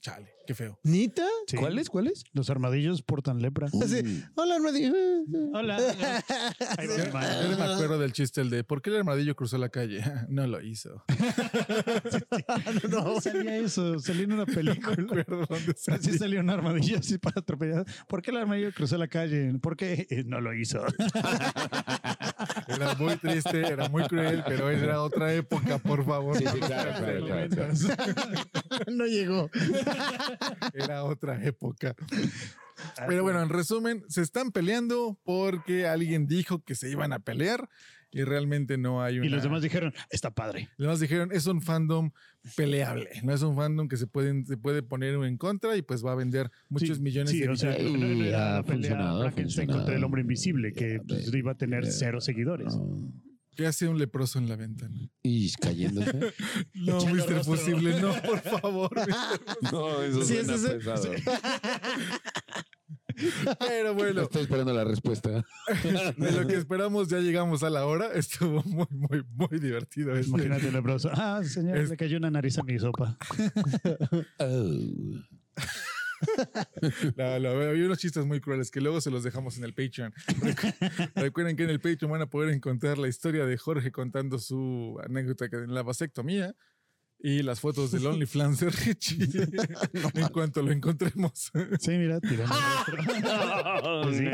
A: Chale, qué feo.
B: ¿Nita?
C: Sí.
D: ¿Cuáles? ¿Cuáles?
C: Los armadillos portan lepra.
B: Así, hola, armadillo.
C: Hola. Ahí va mi
A: Yo
C: madre.
A: no me acuerdo del chiste, el de ¿por qué el armadillo cruzó la calle? no lo hizo.
C: Ah, No salía eso, salía en una película.
A: Recuerdo dónde
C: Pero sí
A: salió.
C: salió un armadillo así para atropellar. ¿Por qué el armadillo cruzó la calle? ¿Por qué Eh, no lo hizo?
A: Era muy triste, era muy cruel, pero era otra época, por favor.
D: Sí, sí, claro, claro, claro, claro.
B: no llegó.
A: Era otra época.
D: Ah,
C: Ah,
A: Pero bueno, en resumen, se están peleando porque alguien dijo que se iban a pelear y realmente no hay una...
C: Y los demás dijeron, está padre.
A: Los demás dijeron, es un fandom peleable, no es un fandom que se, pueden, se puede poner en contra y pues va a vender muchos
C: Sí,
A: millones
C: sí,
A: de
C: o sea,
A: billetes.
C: no, no
D: billetes.
C: era la
D: Ya,
C: pelea
D: funcionado,
C: Frankenstein
D: funcionado.
C: contra el hombre invisible, que
D: Ya,
C: pues,
D: ve.
C: iba a tener
D: Ya.
C: cero seguidores.
D: No.
A: ¿Qué hace un leproso en la ventana?
D: Y cayéndose.
A: No,
C: Echando
A: Mr.
C: rostro.
A: Fusible, no, por favor.
E: No, eso
B: Sí,
E: suena
B: ese es el-
E: pesado.
A: Pero bueno,
D: Estoy esperando la respuesta.
A: de lo que esperamos ya llegamos a la hora. Estuvo muy, muy, muy divertido. este.
C: Pues, Imagínate el abrazo. Ah, señor,
A: Es-
C: le cayó una nariz a mi sopa.
D: Oh.
A: No, no, había unos chistes muy crueles que luego se los dejamos en el Patreon. Recu- Recuerden que en el Patreon van a poder encontrar la historia de Jorge contando su anécdota que- en la vasectomía y las fotos del OnlyFans de Richie en cuanto lo encontremos.
C: Sí, mira, tirando
E: Pues sí,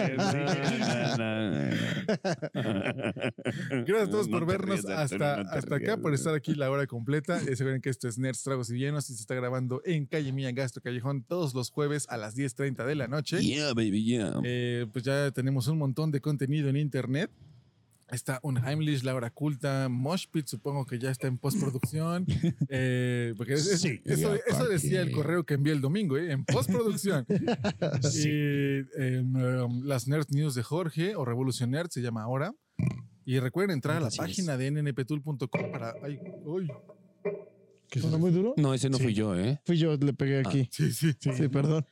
E: sí.
A: Gracias a todos
E: No
A: por
E: te
A: vernos
E: rías, Arturo,
A: hasta,
E: no te
A: hasta acá,
E: rías.
A: por estar aquí la hora completa. Ya saben que esto es Nerds, Tragos y Llenos y se está grabando en Calle Mía, Gasto Callejón, todos los jueves a las 10.30 de la noche.
D: Yeah, baby, yeah.
A: Eh, pues ya tenemos un montón de contenido en internet. Está un Heimlich, Laura Culta, Moshpit, supongo que ya está en postproducción. Eh, porque es- es-
C: Sí.
A: eso,
D: Ya,
A: eso decía el
D: cualquier.
A: correo que envié el domingo, ¿eh? en postproducción.
C: Sí.
A: Y, em, em, las Nerd News de Jorge o Revolución Nerd se llama ahora. Y recuerden entrar a la
C: Así es.
A: página de nnptool.com para. Ay, uy.
B: ¿Sonó muy duro?
D: No, ese no fui yo, ¿eh?
B: Fui yo, le pegué aquí.
A: Sí, sí.
B: sí. perdón.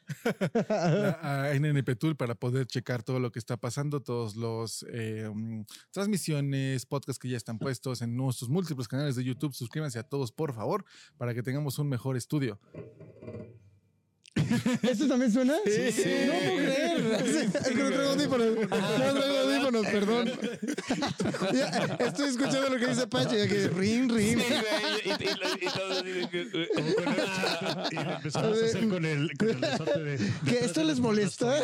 A: a, a NNP Tool para poder checar todo lo que está pasando, todos los eh, mm, transmisiones, podcasts que ya están puestos en nuestros múltiples canales de YouTube. Suscríbanse a todos, por favor, para que tengamos un mejor estudio.
B: ¿Esto también suena?
A: Sí, sí.
B: No puedo creer. Sí, es que no traigo audífonos. No traigo audífonos, perdón. Ya, estoy escuchando lo que dice Pache. ya que rin, rin.
C: Y le empezamos a hacer con el, con el besote de- de-
B: ¿Que esto les molesta?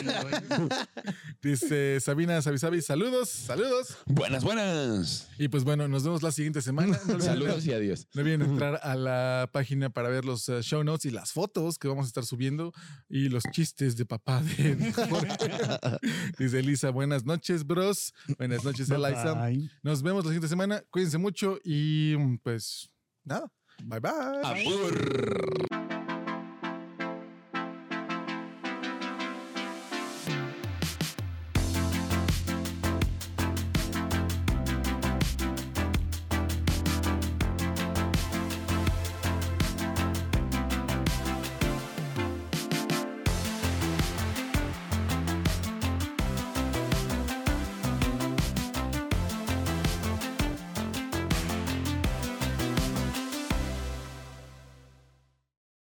A: Dice Sabina Sabisabi, saludos, saludos.
D: Buenas, buenas.
A: Y pues bueno, nos vemos la siguiente semana. No olviden-
D: Saludos y adiós.
A: No olviden entrar a la página para ver los eh, show notes y las fotos que vamos a estar subiendo y los chistes de papá de de Jorge. Dice Elisa, buenas noches, bros. Buenas noches, Eliza.
C: Bye.
A: Nos vemos la siguiente
D: Ah,
A: semana. Cuídense mucho y pues nada. Bye bye.
D: Abur.